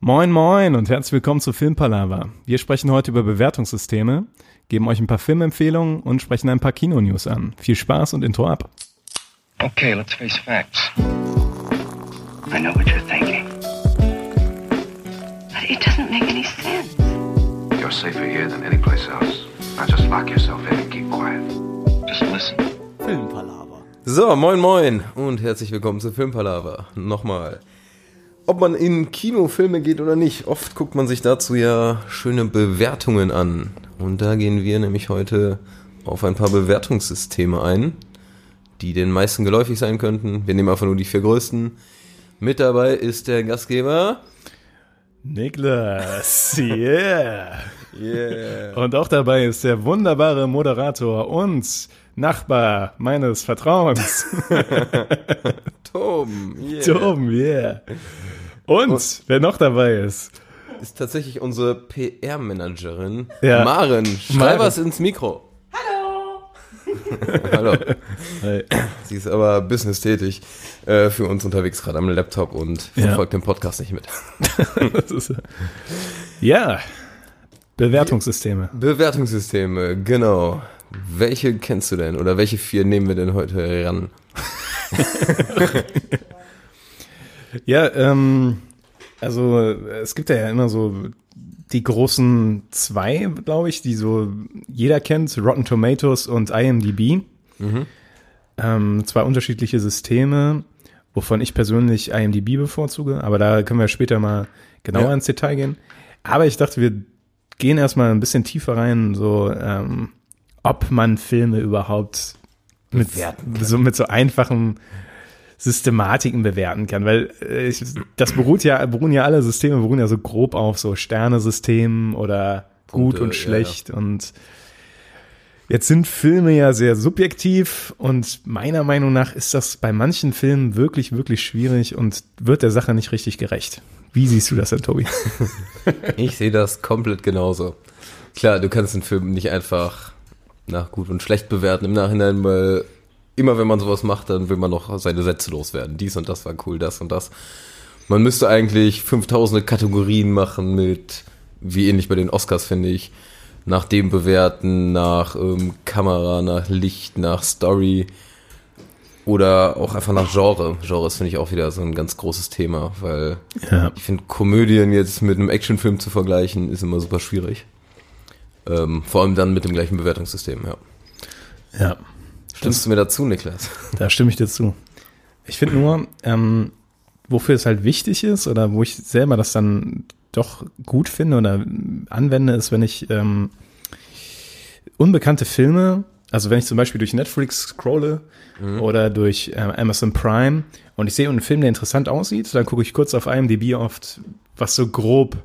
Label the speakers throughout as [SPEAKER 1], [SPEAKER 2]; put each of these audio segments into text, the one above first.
[SPEAKER 1] Moin, moin und herzlich willkommen zu Filmpalava. Wir sprechen heute über Bewertungssysteme, geben euch ein paar Filmempfehlungen und sprechen ein paar Kinonews an. Viel Spaß und Intro ab.
[SPEAKER 2] Okay, let's face facts. I know what you're thinking.
[SPEAKER 3] But it doesn't make any sense.
[SPEAKER 4] You're safer here than anyplace else. Now just lock yourself in and keep quiet.
[SPEAKER 2] Just listen.
[SPEAKER 5] Filmpalaver.
[SPEAKER 6] So, moin moin und herzlich willkommen zu Filmpalaver. Nochmal. Ob man in Kinofilme geht oder nicht, oft guckt man sich dazu ja schöne Bewertungen an. Und da gehen wir nämlich heute auf ein paar Bewertungssysteme ein, die den meisten geläufig sein könnten. Wir nehmen einfach nur die vier größten. Mit dabei ist der Gastgeber.
[SPEAKER 1] Niklas, yeah.
[SPEAKER 6] Yeah.
[SPEAKER 1] Und auch dabei ist der wunderbare Moderator und Nachbar meines Vertrauens,
[SPEAKER 6] Tom. Yeah.
[SPEAKER 1] Tom, yeah. Und wer noch dabei ist,
[SPEAKER 6] Ist tatsächlich unsere PR-Managerin.
[SPEAKER 1] Ja.
[SPEAKER 6] Maren,
[SPEAKER 1] Maren.
[SPEAKER 6] schreib was ins Mikro. Hallo. Hallo. Sie ist aber businesstätig äh, für uns unterwegs, gerade am Laptop und
[SPEAKER 1] Ja.
[SPEAKER 6] verfolgt den Podcast nicht mit.
[SPEAKER 1] das ist, ja, Bewertungssysteme.
[SPEAKER 6] Bewertungssysteme, genau. Welche kennst du denn oder welche vier nehmen wir denn heute heran?
[SPEAKER 1] Ja, ähm, also äh, es gibt ja immer so die großen zwei, glaube ich, die so jeder kennt, Rotten Tomatoes und IMDb. Ähm, zwei unterschiedliche Systeme, wovon ich persönlich IMDb bevorzuge, aber da können wir später mal genauer
[SPEAKER 6] Ja.
[SPEAKER 1] ins Detail gehen. Aber ich dachte, wir gehen erstmal ein bisschen tiefer rein, so ähm, ob man Filme überhaupt mit,
[SPEAKER 6] Bewerten
[SPEAKER 1] so, mit so einfachen Systematiken bewerten kann, weil äh, ich, das beruht ja, beruhen ja alle Systeme, beruhen ja so grob auf so Sternesystemen oder gut
[SPEAKER 6] Punkte,
[SPEAKER 1] und
[SPEAKER 6] ja,
[SPEAKER 1] schlecht und jetzt sind Filme ja sehr subjektiv und meiner Meinung nach ist das bei manchen Filmen wirklich, wirklich schwierig und wird der Sache nicht richtig gerecht. Wie siehst du das denn, Tobi?
[SPEAKER 6] Ich sehe das komplett genauso. Klar, du kannst den Film nicht einfach nach gut und schlecht bewerten im Nachhinein, weil immer wenn man sowas macht, dann will man noch seine Sätze loswerden. Dies und das war cool, das und das. Man müsste eigentlich 5000 Kategorien machen mit, wie ähnlich bei den Oscars, finde ich, nach dem bewerten, nach ähm, Kamera, nach Licht, nach Story oder auch einfach nach Genre. Genres finde ich auch wieder so ein ganz großes Thema, weil
[SPEAKER 1] Ja.
[SPEAKER 6] ich finde, Komödien jetzt mit einem Actionfilm zu vergleichen, ist immer super schwierig. Ähm, vor allem dann mit dem gleichen Bewertungssystem, ja.
[SPEAKER 1] Ja,
[SPEAKER 6] Stimmst du mir dazu, Niklas?
[SPEAKER 1] Da stimme ich dir zu. Ich finde nur, ähm, wofür es halt wichtig ist oder wo ich selber das dann doch gut finde oder anwende, ist, wenn ich ähm, unbekannte Filme, also wenn ich zum Beispiel durch Netflix scrolle oder durch ähm, Amazon Prime und ich sehe einen Film, der interessant aussieht, dann gucke ich kurz auf IMDb oft, was so grob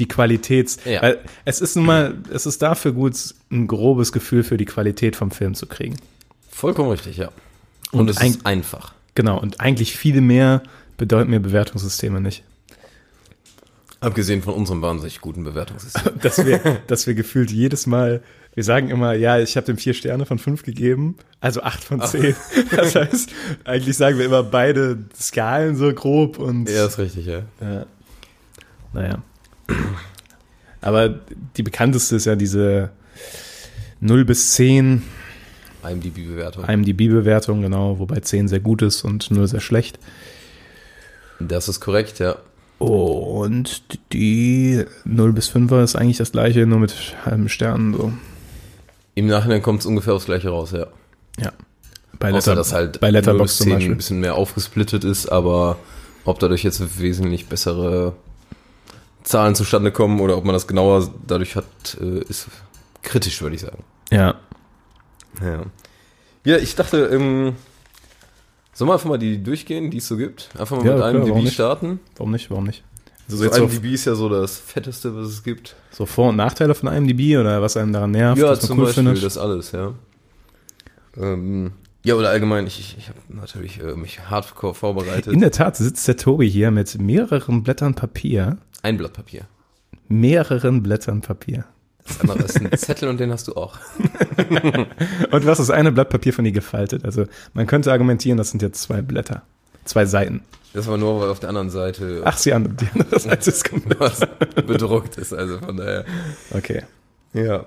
[SPEAKER 1] die Qualität,
[SPEAKER 6] Ja.
[SPEAKER 1] weil es ist nun mal, es ist dafür gut, ein grobes Gefühl für die Qualität vom Film zu kriegen.
[SPEAKER 6] Vollkommen richtig, ja. Und, es
[SPEAKER 1] ein-
[SPEAKER 6] ist einfach.
[SPEAKER 1] Genau, und eigentlich viele mehr bedeuten mir Bewertungssysteme nicht.
[SPEAKER 6] Abgesehen von unserem wahnsinnig guten Bewertungssystem.
[SPEAKER 1] Dass wir, dass wir gefühlt jedes Mal, wir sagen immer, ja, ich habe dem vier Sterne von fünf gegeben, also acht von zehn. Das heißt, eigentlich sagen wir immer beide Skalen so grob und äh,
[SPEAKER 6] ja, ist richtig, ja.
[SPEAKER 1] naja. Aber die bekannteste ist ja diese 0 bis 10
[SPEAKER 6] IMDb-Bewertung.
[SPEAKER 1] IMDB-Bewertung, genau, wobei 10 sehr gut ist und 0 sehr schlecht.
[SPEAKER 6] Das ist korrekt, ja.
[SPEAKER 1] Und die 0 bis 5er ist eigentlich das gleiche, nur mit halben Sternen so.
[SPEAKER 6] Im Nachhinein kommt es ungefähr aufs Gleiche raus, ja.
[SPEAKER 1] Ja. Bei,
[SPEAKER 6] Außer,
[SPEAKER 1] Letter,
[SPEAKER 6] dass halt
[SPEAKER 1] bei Letterboxd zum
[SPEAKER 6] 0 bis 10 ein
[SPEAKER 1] Beispiel.
[SPEAKER 6] bisschen mehr aufgesplittet ist, aber ob dadurch jetzt wesentlich bessere Zahlen zustande kommen oder ob man das genauer dadurch hat, äh, ist kritisch, würde ich sagen.
[SPEAKER 1] Ja.
[SPEAKER 6] Ja, ja ich dachte, ähm, sollen wir einfach mal die durchgehen, die es so gibt? Einfach mal
[SPEAKER 1] Ja,
[SPEAKER 6] mit
[SPEAKER 1] klar,
[SPEAKER 6] einem
[SPEAKER 1] warum
[SPEAKER 6] DB
[SPEAKER 1] nicht?
[SPEAKER 6] starten.
[SPEAKER 1] Warum nicht? Warum nicht? Also
[SPEAKER 6] So
[SPEAKER 1] jetzt
[SPEAKER 6] also
[SPEAKER 1] so,
[SPEAKER 6] IMDb ist ja so das fetteste, was es gibt.
[SPEAKER 1] so Vor- und Nachteile von IMDb oder was einem daran nervt,
[SPEAKER 6] Ja,
[SPEAKER 1] was man
[SPEAKER 6] zum
[SPEAKER 1] cool
[SPEAKER 6] Beispiel
[SPEAKER 1] findet.
[SPEAKER 6] das alles, ja. Ähm, ja, oder allgemein, ich, ich, ich habe natürlich äh, mich hardcore vorbereitet.
[SPEAKER 1] In der Tat sitzt der Tobi hier mit mehreren Blättern Papier.
[SPEAKER 6] Ein Blatt Papier.
[SPEAKER 1] Mehreren Blättern Papier.
[SPEAKER 6] Das andere ist ein Zettel und den hast du auch.
[SPEAKER 1] Und was ist eine Blatt Papier von dir gefaltet? Also man könnte argumentieren, das sind jetzt zwei Blätter. Zwei Seiten.
[SPEAKER 6] Das war nur, weil auf der anderen Seite
[SPEAKER 1] Ach, sie an, die andere Seite ist komplett.
[SPEAKER 6] was bedruckt ist, also von daher.
[SPEAKER 1] Okay.
[SPEAKER 6] Ja.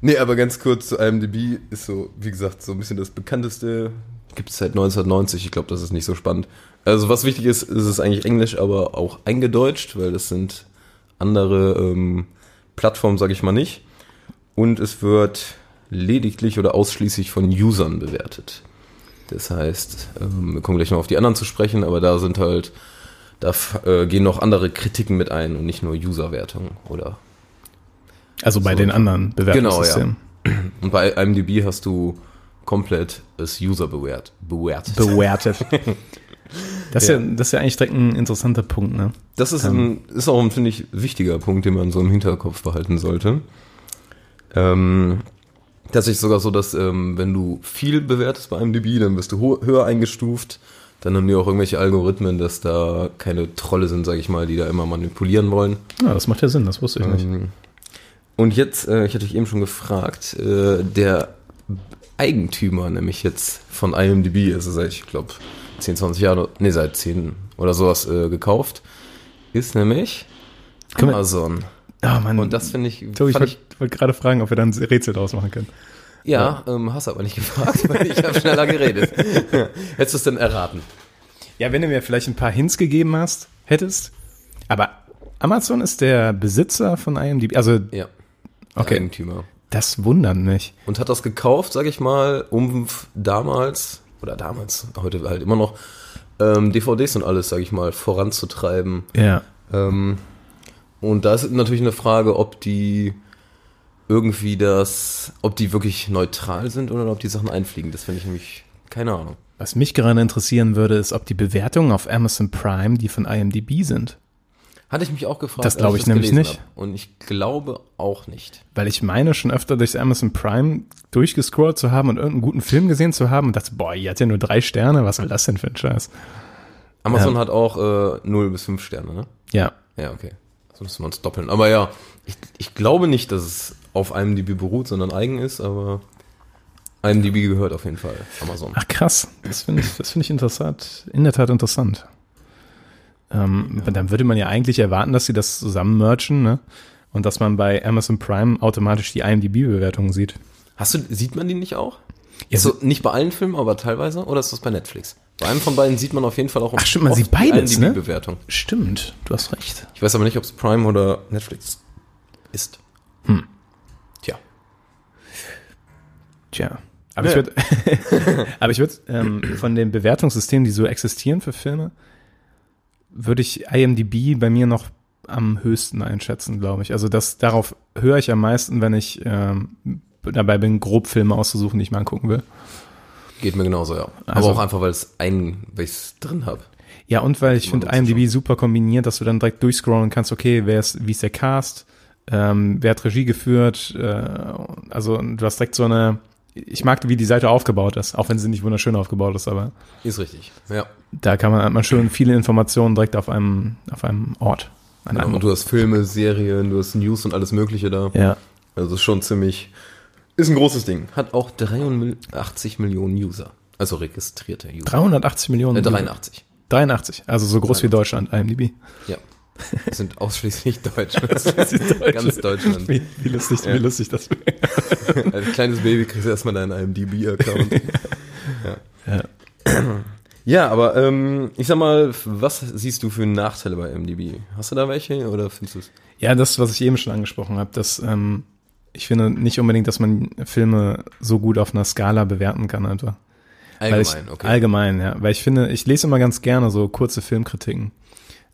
[SPEAKER 6] Nee, aber ganz kurz zu IMDb ist so, wie gesagt, so ein bisschen das bekannteste. Gibt es seit 1990, ich glaube, das ist nicht so spannend. Also was wichtig ist, ist es eigentlich Englisch, aber auch eingedeutscht, weil das sind andere ähm, Plattformen, sage ich mal nicht. Und es wird lediglich oder ausschließlich von Usern bewertet. Das heißt, ähm, wir kommen gleich noch auf die anderen zu sprechen, aber da sind halt, da f- äh, gehen noch andere Kritiken mit ein und nicht nur Userwertungen oder
[SPEAKER 1] Also bei
[SPEAKER 6] So. Genau,
[SPEAKER 1] den anderen Bewertungssystemen.
[SPEAKER 6] Und bei IMDb hast du komplett das User bewährt. Bewährt.
[SPEAKER 1] Bewertet. Das ist ja. das ist ja eigentlich direkt ein interessanter Punkt, ne?
[SPEAKER 6] Das ist, ein, ist auch ein, finde ich, wichtiger Punkt, den man so im Hinterkopf behalten sollte. Ähm, das ist sogar so, dass ähm, wenn du viel bewertest bei IMDb, dann wirst du ho- höher eingestuft. Dann haben die auch irgendwelche Algorithmen, dass da keine Trolle sind, sage ich mal, die da immer manipulieren wollen.
[SPEAKER 1] Ja, das macht ja Sinn, das wusste ich nicht.
[SPEAKER 6] Und jetzt, äh, ich hatte dich eben schon gefragt, äh, der Eigentümer nämlich jetzt von IMDb, also seit, ich glaube, 10, 20 Jahren, nee, seit 10 oder sowas äh, gekauft, ist nämlich
[SPEAKER 1] Können wir-
[SPEAKER 6] Amazon.
[SPEAKER 1] Oh Mann,
[SPEAKER 6] Und das finde ich,
[SPEAKER 1] Tobi, ich
[SPEAKER 6] fand
[SPEAKER 1] wollte wollte gerade fragen, ob wir dann ein Rätsel draus machen können.
[SPEAKER 6] ich- ja, ähm, hast aber nicht gefragt, weil ich habe schneller geredet. Hättest du es denn erraten?
[SPEAKER 1] Ja, wenn du mir vielleicht ein paar Hints gegeben hast, hättest. Aber Amazon ist der Besitzer von IMDb. Also,
[SPEAKER 6] Ja,
[SPEAKER 1] okay,
[SPEAKER 6] Eigentümer.
[SPEAKER 1] das wundert mich.
[SPEAKER 6] und hat das gekauft, sag ich mal, um f- damals oder damals, heute halt immer noch ähm, DVDs und alles, sag ich mal, voranzutreiben.
[SPEAKER 1] Ja.
[SPEAKER 6] Ähm, und da ist natürlich eine Frage, ob die irgendwie das, ob die wirklich neutral sind oder ob die Sachen einfliegen. Das finde ich nämlich keine Ahnung.
[SPEAKER 1] Was mich gerade interessieren würde, ist, ob die Bewertungen auf Amazon Prime die von IMDb sind.
[SPEAKER 6] Hatte ich mich auch gefragt.
[SPEAKER 1] Das
[SPEAKER 6] als
[SPEAKER 1] glaube ich nämlich
[SPEAKER 6] gelesen
[SPEAKER 1] nicht.
[SPEAKER 6] hab. Und ich glaube auch nicht.
[SPEAKER 1] Weil ich meine, schon öfter durchs Amazon Prime durchgescrollt zu haben und irgendeinen guten Film gesehen zu haben und dachte, boah, ihr hat ja nur drei Sterne, was will das denn für ein Scheiß?
[SPEAKER 6] Amazon hat auch äh, 0 bis 5 Sterne, ne?
[SPEAKER 1] Ja.
[SPEAKER 6] Ja, okay. So müssen wir uns doppeln. Aber ja, ich, ich glaube nicht, dass es auf IMDb beruht, sondern eigen ist, aber IMDb gehört auf jeden Fall Amazon.
[SPEAKER 1] Ach krass, das finde ich, das finde ich interessant, in der Tat interessant. Ähm, aber Dann würde man ja eigentlich erwarten, dass sie das zusammen merchen, ne? Und dass man bei Amazon Prime automatisch die IMDb-Bewertungen sieht.
[SPEAKER 6] Hast du, sieht man die nicht auch?
[SPEAKER 1] Ja,
[SPEAKER 6] so, nicht bei allen Filmen, aber teilweise? Oder ist das bei Netflix? Bei einem von beiden sieht man auf jeden Fall auch
[SPEAKER 1] Ach, stimmt, man
[SPEAKER 6] oft
[SPEAKER 1] sieht beides,
[SPEAKER 6] die
[SPEAKER 1] ne?
[SPEAKER 6] IMDb-Bewertung.
[SPEAKER 1] Stimmt, du hast recht.
[SPEAKER 6] Ich weiß aber nicht, ob es Prime oder Netflix ist. Hm. Tja.
[SPEAKER 1] Tja. Aber ich
[SPEAKER 6] Ja.
[SPEAKER 1] würde aber ich würde ähm, von den Bewertungssystemen, die so existieren für Filme, würde ich IMDb bei mir noch am höchsten einschätzen, glaube ich. Also das darauf höre ich am meisten, wenn ich ähm, dabei bin, grob Filme auszusuchen, die ich mir angucken will.
[SPEAKER 6] Geht mir genauso, ja.
[SPEAKER 1] Also-
[SPEAKER 6] aber auch einfach, weil es ein, weil ich es drin habe.
[SPEAKER 1] Ja, und weil ich finde
[SPEAKER 6] lohnt sich
[SPEAKER 1] IMDb super kombiniert, dass du dann direkt durchscrollen kannst, okay, wer ist, wie ist der Cast, ähm, wer hat Regie geführt, äh, also und du hast direkt so eine, ich mag, wie die Seite aufgebaut ist, auch wenn sie nicht wunderschön aufgebaut ist, aber
[SPEAKER 6] Ist richtig. Ja. genau.
[SPEAKER 1] da kann man, hat man schön viele Informationen direkt auf einem, auf einem Ort. An
[SPEAKER 6] Genau.
[SPEAKER 1] einem
[SPEAKER 6] Und du hast Filme, Serien, du hast News und alles Mögliche da.
[SPEAKER 1] Ja.
[SPEAKER 6] Also ist schon ziemlich. Ist ein großes Ding. Hat auch 83 Millionen User. Also registrierte User.
[SPEAKER 1] 380 Millionen.
[SPEAKER 6] Äh, 83.
[SPEAKER 1] 83, also so groß wie Deutschland, IMDb.
[SPEAKER 6] Ja. Das sind ausschließlich Deutsche. Ganz Deutschland.
[SPEAKER 1] Wie, wie lustig, wie lustig das wäre.
[SPEAKER 6] Als kleines Baby kriegst du erstmal deinen IMDb-Account. ja.
[SPEAKER 1] Ja.
[SPEAKER 6] Ja. aber ähm, ich sag mal, was siehst du für Nachteile bei IMDb? Hast du da welche oder findest du es?
[SPEAKER 1] Ja, das, was ich eben schon angesprochen habe, dass ähm, ich finde nicht unbedingt, dass man Filme so gut auf einer Skala bewerten kann einfach. Weil ich, Allgemein, ja. Weil ich finde, ich lese immer ganz gerne so kurze Filmkritiken,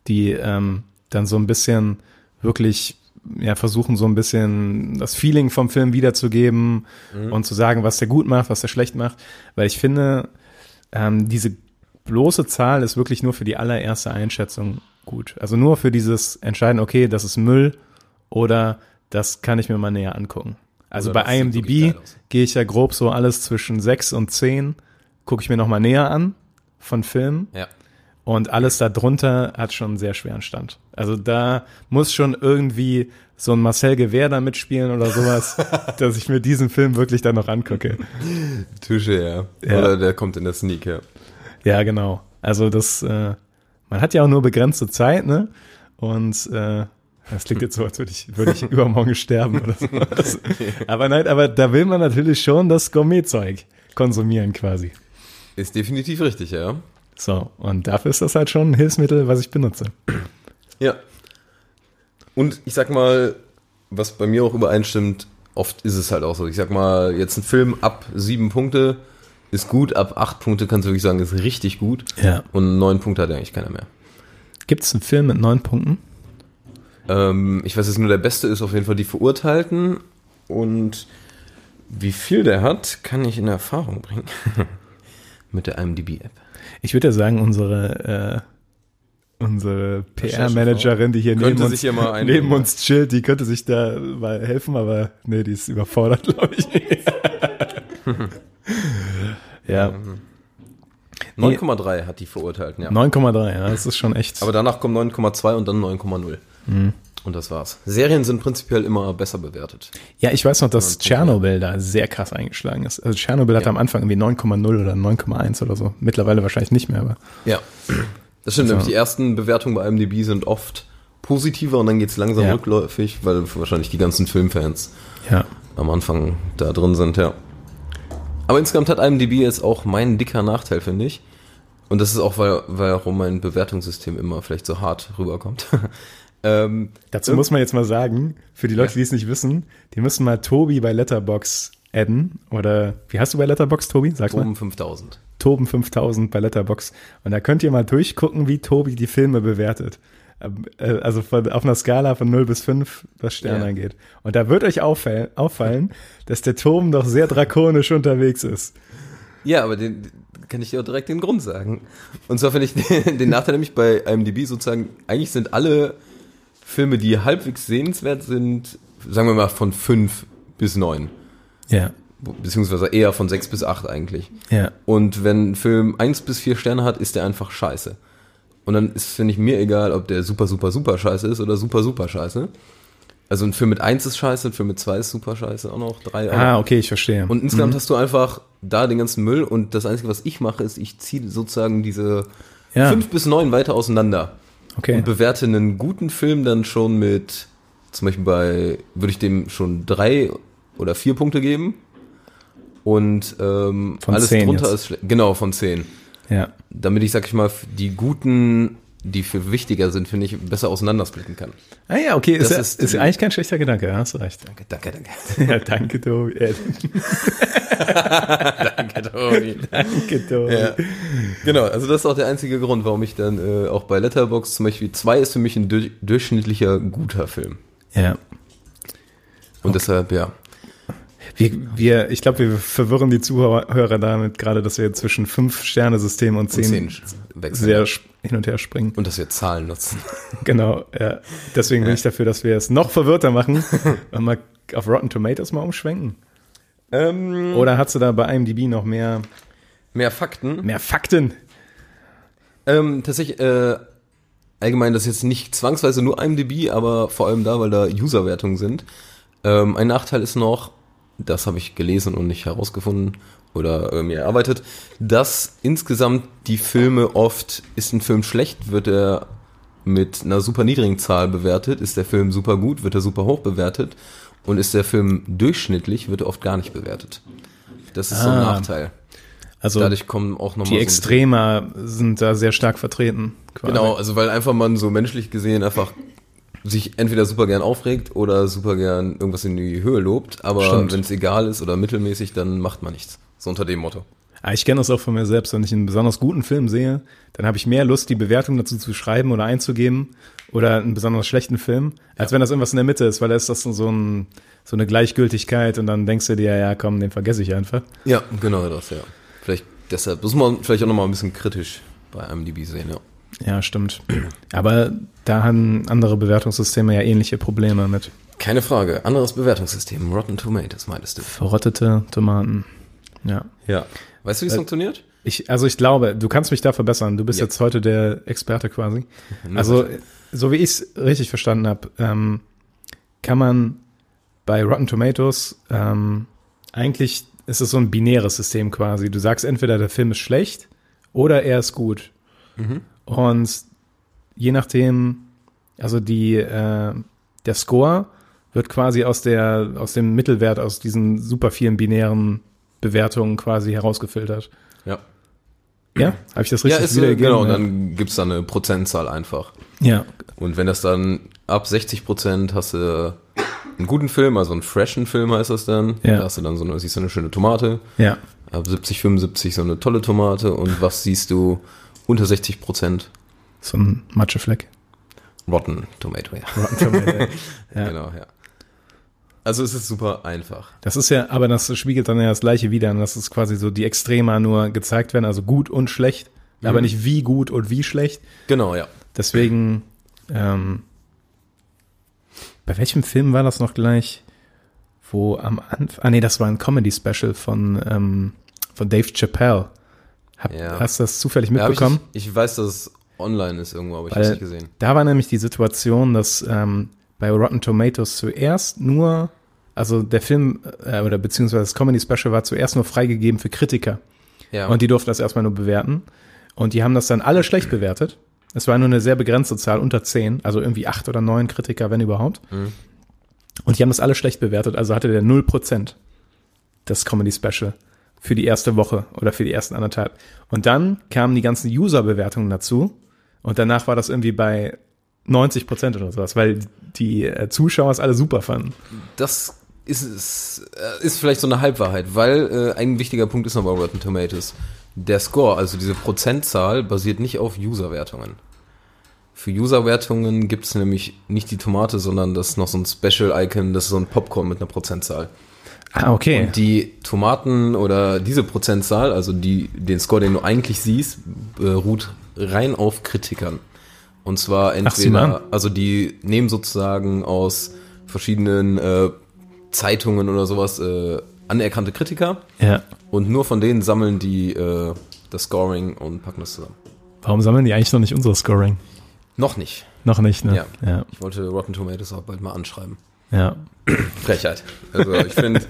[SPEAKER 1] die ähm, dann so ein bisschen wirklich ja, versuchen, so ein bisschen das Feeling vom Film wiederzugeben und zu sagen, was der gut macht, was der schlecht macht. Weil ich finde, ähm, diese bloße Zahl ist wirklich nur für die allererste Einschätzung gut. Also nur für dieses Entscheiden, okay, das ist Müll oder das kann ich mir mal näher angucken. Also
[SPEAKER 6] Oder
[SPEAKER 1] bei
[SPEAKER 6] das sieht wirklich
[SPEAKER 1] IMDb
[SPEAKER 6] geil aus.
[SPEAKER 1] gehe ich ja grob so alles zwischen 6 und 10, gucke ich mir nochmal näher an von Filmen
[SPEAKER 6] ja.
[SPEAKER 1] und alles darunter hat schon einen sehr schweren Stand. Also da muss schon irgendwie so ein Marcel Gewehr da mitspielen oder sowas, dass ich mir diesen Film wirklich dann noch angucke.
[SPEAKER 6] Tische, ja.
[SPEAKER 1] Ja.
[SPEAKER 6] Oder der kommt in der Sneak, ja.
[SPEAKER 1] Ja, genau. Also das äh, man hat ja auch nur begrenzte Zeit, ne? Und äh, das klingt jetzt so, als würde ich, würde ich übermorgen sterben oder sowas. Aber nein, aber da will man natürlich schon das Gourmetzeug konsumieren quasi.
[SPEAKER 6] Ist definitiv richtig, ja.
[SPEAKER 1] So, und dafür ist das halt schon ein Hilfsmittel, was ich benutze.
[SPEAKER 6] Ja. Und ich sag mal, was bei mir auch übereinstimmt, oft ist es halt auch so. Ich sag mal, jetzt ein Film ab sieben Punkte ist gut, ab acht Punkte kannst du wirklich sagen, ist richtig gut.
[SPEAKER 1] Ja.
[SPEAKER 6] Und neun Punkte hat eigentlich keiner mehr.
[SPEAKER 1] Gibt es einen Film mit neun Punkten?
[SPEAKER 6] Ähm, ich weiß jetzt nur, der beste ist auf jeden Fall die Verurteilten. Und wie viel der hat, kann ich in Erfahrung bringen. Mit der IMDb-App.
[SPEAKER 1] Ich würde ja sagen, unsere, äh, unsere PR-Managerin, die hier
[SPEAKER 6] Könnte
[SPEAKER 1] neben,
[SPEAKER 6] sich
[SPEAKER 1] uns,
[SPEAKER 6] hier mal einbringen,
[SPEAKER 1] neben uns chillt, die könnte sich da mal helfen, aber nee, die ist überfordert, glaube ich. ja,
[SPEAKER 6] 9,3 hat die Verurteilten, ja.
[SPEAKER 1] 9,3, ja, das ist schon echt.
[SPEAKER 6] Aber danach kommt 9,2 und dann 9,0.
[SPEAKER 1] Mhm.
[SPEAKER 6] Und das war's. Serien sind prinzipiell immer besser bewertet.
[SPEAKER 1] ja, ich weiß noch, dass Tschernobyl da sehr krass eingeschlagen ist. Also Tschernobyl hatte am Anfang irgendwie 9,0 oder 9,1 oder so. Mittlerweile wahrscheinlich nicht mehr, aber
[SPEAKER 6] Ja. Das stimmt, nämlich die ersten Bewertungen bei IMDb sind oft positiver und dann geht's langsam
[SPEAKER 1] Ja.
[SPEAKER 6] rückläufig, weil wahrscheinlich die ganzen Filmfans
[SPEAKER 1] ja.
[SPEAKER 6] am Anfang da drin sind, ja. Aber insgesamt hat IMDb jetzt auch mein dicker Nachteil, finde ich. Und das ist auch, weil, warum mein Bewertungssystem immer vielleicht so hart rüberkommt. ähm,
[SPEAKER 1] Dazu muss man jetzt mal sagen, für die Leute, die es nicht wissen, die müssen mal Tobi bei Letterbox adden oder wie heißt du bei Letterbox Tobi? Sag mal.
[SPEAKER 6] um 5000.
[SPEAKER 1] Toben 5000 bei Letterbox und da könnt ihr mal durchgucken, wie Tobi die Filme bewertet. Ähm, äh, Also von, auf einer Skala von 0 bis 5, was Sterne
[SPEAKER 6] Ja.
[SPEAKER 1] angeht. Und da wird euch auffall, auffallen, dass der Toben doch sehr drakonisch unterwegs ist.
[SPEAKER 6] Ja, aber den den kann ich dir auch direkt den Grund sagen. Und zwar finde ich den, den Nachteil nämlich bei IMDb sozusagen, eigentlich sind alle Filme, die halbwegs sehenswert sind, sagen wir mal von 5 bis 9.
[SPEAKER 1] Ja,
[SPEAKER 6] Beziehungsweise eher von 6 bis 8 eigentlich.
[SPEAKER 1] ja.
[SPEAKER 6] Und wenn ein Film 1 bis 4 Sterne hat, ist der einfach scheiße. Und dann ist, finde ich, mir egal, ob der super, super, super scheiße ist oder super, super scheiße. Also ein Film mit 1 ist scheiße, ein Film mit 2 ist super scheiße, auch noch 3.
[SPEAKER 1] Ah, okay, ich verstehe.
[SPEAKER 6] Und insgesamt hast du einfach da den ganzen Müll und das Einzige, was ich mache, ist, ich ziehe sozusagen diese
[SPEAKER 1] Ja.
[SPEAKER 6] fünf bis neun weiter auseinander
[SPEAKER 1] okay.
[SPEAKER 6] und bewerte einen guten Film dann schon mit, zum Beispiel bei, würde ich dem schon drei oder vier Punkte geben und ähm,
[SPEAKER 1] Von
[SPEAKER 6] alles
[SPEAKER 1] zehn
[SPEAKER 6] drunter
[SPEAKER 1] jetzt.
[SPEAKER 6] ist schlecht. Genau, von zehn.
[SPEAKER 1] ja.
[SPEAKER 6] Damit ich, sag ich mal, die guten, die für wichtiger sind, finde ich, besser auseinandersplitten kann.
[SPEAKER 1] Ah ja, okay, ist,
[SPEAKER 6] Das
[SPEAKER 1] ja-
[SPEAKER 6] ist
[SPEAKER 1] ist
[SPEAKER 6] die-
[SPEAKER 1] eigentlich kein schlechter Gedanke, ja, hast recht.
[SPEAKER 6] Danke, danke, danke.
[SPEAKER 1] Ja, danke, Tobi. Äh,
[SPEAKER 6] danke, Tobi.
[SPEAKER 1] danke, Tobi.
[SPEAKER 6] Ja. Genau, also das ist auch der einzige Grund, warum ich dann äh, auch bei Letterbox zum Beispiel 2 ist für mich ein durch, durchschnittlicher guter Film.
[SPEAKER 1] ja.
[SPEAKER 6] Und deshalb, ja.
[SPEAKER 1] Wir, wir, ich glaube, wir verwirren die Zuhörer damit gerade, dass wir zwischen fünf Sterne System und
[SPEAKER 6] Und
[SPEAKER 1] zehn
[SPEAKER 6] zehn wechseln.
[SPEAKER 1] sehr sp- hin und her springen.
[SPEAKER 6] und dass wir Zahlen nutzen.
[SPEAKER 1] Genau. Ja. Deswegen bin ich dafür, dass wir es noch verwirrter machen und mal auf Rotten Tomatoes mal umschwenken. Oder hast du da bei IMDb noch mehr
[SPEAKER 6] Mehr Fakten.
[SPEAKER 1] mehr Fakten?
[SPEAKER 6] Ähm, tatsächlich, äh, allgemein, das ist jetzt nicht zwangsweise nur IMDb, aber vor allem da, weil da Userwertungen sind. Ähm, ein Nachteil ist noch, das habe ich gelesen und nicht herausgefunden oder äh, mir erarbeitet, dass insgesamt die Filme oft, ist ein Film schlecht, wird er mit einer super niedrigen Zahl bewertet, ist der Film super gut, wird er super hoch bewertet und ist der Film durchschnittlich, wird er oft gar nicht bewertet. Das ist so ein
[SPEAKER 1] Ah.
[SPEAKER 6] Nachteil.
[SPEAKER 1] Also
[SPEAKER 6] Dadurch kommen auch nochmal
[SPEAKER 1] die Extremer sind da sehr stark vertreten. quasi.
[SPEAKER 6] Genau, also weil einfach man so menschlich gesehen einfach sich entweder super gern aufregt oder super gern irgendwas in die Höhe lobt, aber
[SPEAKER 1] Stimmt.
[SPEAKER 6] wenn es egal ist oder mittelmäßig, dann macht man nichts. So unter dem Motto.
[SPEAKER 1] Aber Ah, ich kenne das auch von mir selbst. Wenn ich einen besonders guten Film sehe, dann habe ich mehr Lust, die Bewertung dazu zu schreiben oder einzugeben oder einen besonders schlechten Film, als wenn das irgendwas in der Mitte ist, weil da ist das so, ein, so eine Gleichgültigkeit und dann denkst du dir, ja komm, den vergesse ich einfach.
[SPEAKER 6] Ja, genau das, ja. Vielleicht deshalb, das muss man vielleicht auch nochmal ein bisschen kritisch bei IMDb sehen, ja.
[SPEAKER 1] Ja, stimmt. Aber da haben andere Bewertungssysteme ja ähnliche Probleme mit.
[SPEAKER 6] Keine Frage. Anderes Bewertungssystem, Rotten Tomatoes meintest du.
[SPEAKER 1] Verrottete Tomaten. Ja.
[SPEAKER 6] Ja. Äh, Weißt du, wie es funktioniert?
[SPEAKER 1] Ich, also ich glaube, du kannst mich da verbessern. Du bist
[SPEAKER 6] Ja.
[SPEAKER 1] jetzt heute der Experte quasi. Also, so wie ich es richtig verstanden habe, ähm, kann man bei Rotten Tomatoes ähm, eigentlich ist es so ein binäres System quasi. Du sagst entweder der Film ist schlecht oder er ist gut. Und je nachdem, also die, äh, der Score wird quasi aus der, aus dem Mittelwert, aus diesen super vielen binären Bewertungen quasi herausgefiltert.
[SPEAKER 6] Ja.
[SPEAKER 1] Ja, habe ich das
[SPEAKER 6] Ja,
[SPEAKER 1] richtig
[SPEAKER 6] ist, äh,
[SPEAKER 1] wiedergegeben?
[SPEAKER 6] genau, und dann gibt's da eine Prozentzahl einfach.
[SPEAKER 1] ja,
[SPEAKER 6] Und wenn das dann ab 60 Prozent hast du einen guten Film, also einen freshen Film heißt das dann.
[SPEAKER 1] Ja.
[SPEAKER 6] Da hast du dann so eine, siehst du eine schöne Tomate.
[SPEAKER 1] ja,
[SPEAKER 6] Ab 70, 75 so eine tolle Tomate. Und was siehst du unter 60 Prozent?
[SPEAKER 1] so ein Matschefleck.
[SPEAKER 6] Rotten Tomato, ja.
[SPEAKER 1] Rotten Tomato. Ja.
[SPEAKER 6] Genau, ja. Also es ist super einfach.
[SPEAKER 1] Das ist ja, aber das spiegelt dann ja das Gleiche wieder, ne? dass es quasi so die Extrema nur gezeigt werden, also gut und schlecht,
[SPEAKER 6] Mhm.
[SPEAKER 1] aber nicht wie gut und wie schlecht.
[SPEAKER 6] Genau, ja.
[SPEAKER 1] Deswegen, ähm, bei welchem Film war das noch gleich, wo am Anfang, ah nee, das war ein Comedy-Special von, ähm, von Dave Chappelle. Hab,
[SPEAKER 6] Ja.
[SPEAKER 1] Hast du das zufällig
[SPEAKER 6] Ja, hab ich,
[SPEAKER 1] mitbekommen?
[SPEAKER 6] ich weiß, dass es online ist irgendwo, aber ich habe
[SPEAKER 1] Weil
[SPEAKER 6] es nicht gesehen.
[SPEAKER 1] Da war nämlich die Situation, dass ähm, bei Rotten Tomatoes zuerst nur, also der Film äh, oder beziehungsweise das Comedy Special war zuerst nur freigegeben für Kritiker
[SPEAKER 6] Ja.
[SPEAKER 1] und die durften das erstmal nur bewerten und die haben das dann alle schlecht bewertet. Es war nur eine sehr begrenzte Zahl, unter zehn, also irgendwie acht oder neun Kritiker, wenn überhaupt.
[SPEAKER 6] Mhm.
[SPEAKER 1] Und die haben das alle schlecht bewertet, also hatte der 0% das Comedy Special für die erste Woche oder für die ersten anderthalb. Und dann kamen die ganzen User-Bewertungen dazu und danach war das irgendwie bei 90% oder sowas, weil die äh, Zuschauer es alle super fanden.
[SPEAKER 6] Das ist, ist, äh, ist vielleicht so eine Halbwahrheit, weil äh, ein wichtiger Punkt ist noch bei Rotten Tomatoes. Der Score, also diese Prozentzahl, basiert nicht auf Userwertungen. Für Userwertungen gibt es nämlich nicht die Tomate, sondern das ist noch so ein Special-Icon, das ist so ein Popcorn mit einer Prozentzahl.
[SPEAKER 1] Ah, okay.
[SPEAKER 6] Und die Tomaten oder diese Prozentzahl, also die, den Score, den du eigentlich siehst, beruht rein auf Kritikern. Und zwar
[SPEAKER 1] Ach, sieh mal
[SPEAKER 6] entweder,
[SPEAKER 1] an.
[SPEAKER 6] also die nehmen sozusagen aus verschiedenen äh, Zeitungen oder sowas äh, anerkannte Kritiker
[SPEAKER 1] ja.
[SPEAKER 6] und nur von denen sammeln die äh, das Scoring und packen das zusammen.
[SPEAKER 1] Warum sammeln die eigentlich noch nicht unser Scoring?
[SPEAKER 6] Noch nicht.
[SPEAKER 1] Noch nicht, ne?
[SPEAKER 6] Ja.
[SPEAKER 1] Ja.
[SPEAKER 6] Ich wollte Rotten Tomatoes auch bald mal anschreiben.
[SPEAKER 1] Ja.
[SPEAKER 6] Frechheit. Also ich finde,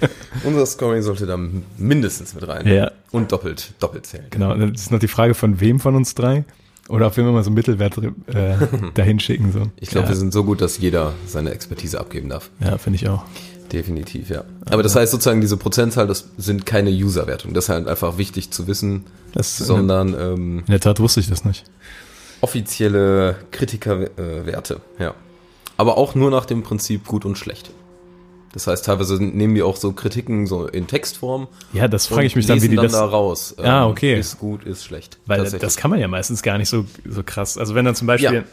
[SPEAKER 6] unser Scoring sollte da mindestens mit rein.
[SPEAKER 1] Ja.
[SPEAKER 6] Und doppelt, doppelt zählen.
[SPEAKER 1] Genau, das ist noch die Frage von wem von uns drei. Oder auf wen wir mal so einen Mittelwert äh, dahin schicken. So.
[SPEAKER 6] Ich glaube,
[SPEAKER 1] ja,
[SPEAKER 6] wir sind so gut, dass jeder seine Expertise abgeben darf.
[SPEAKER 1] Ja, finde ich auch.
[SPEAKER 6] Definitiv, ja. Aber das heißt sozusagen, diese Prozentzahl, das sind keine Userwertungen. Das ist halt einfach wichtig zu wissen,
[SPEAKER 1] Das- äh,
[SPEAKER 6] sondern ähm,
[SPEAKER 1] In der Tat wusste ich das nicht.
[SPEAKER 6] offizielle Kritikerwerte, ja. Aber auch nur nach dem Prinzip gut und schlecht. Das heißt, teilweise nehmen die auch so Kritiken so in Textform.
[SPEAKER 1] Ja, das frage ich
[SPEAKER 6] und
[SPEAKER 1] mich dann, wie
[SPEAKER 6] lesen
[SPEAKER 1] die das.
[SPEAKER 6] da raus. ähm,
[SPEAKER 1] Ah, okay.
[SPEAKER 6] Ist gut, ist schlecht.
[SPEAKER 1] weil
[SPEAKER 6] Tatsächlich.
[SPEAKER 1] das kann man ja meistens gar nicht so, so krass. Also wenn dann zum Beispiel
[SPEAKER 6] Ja.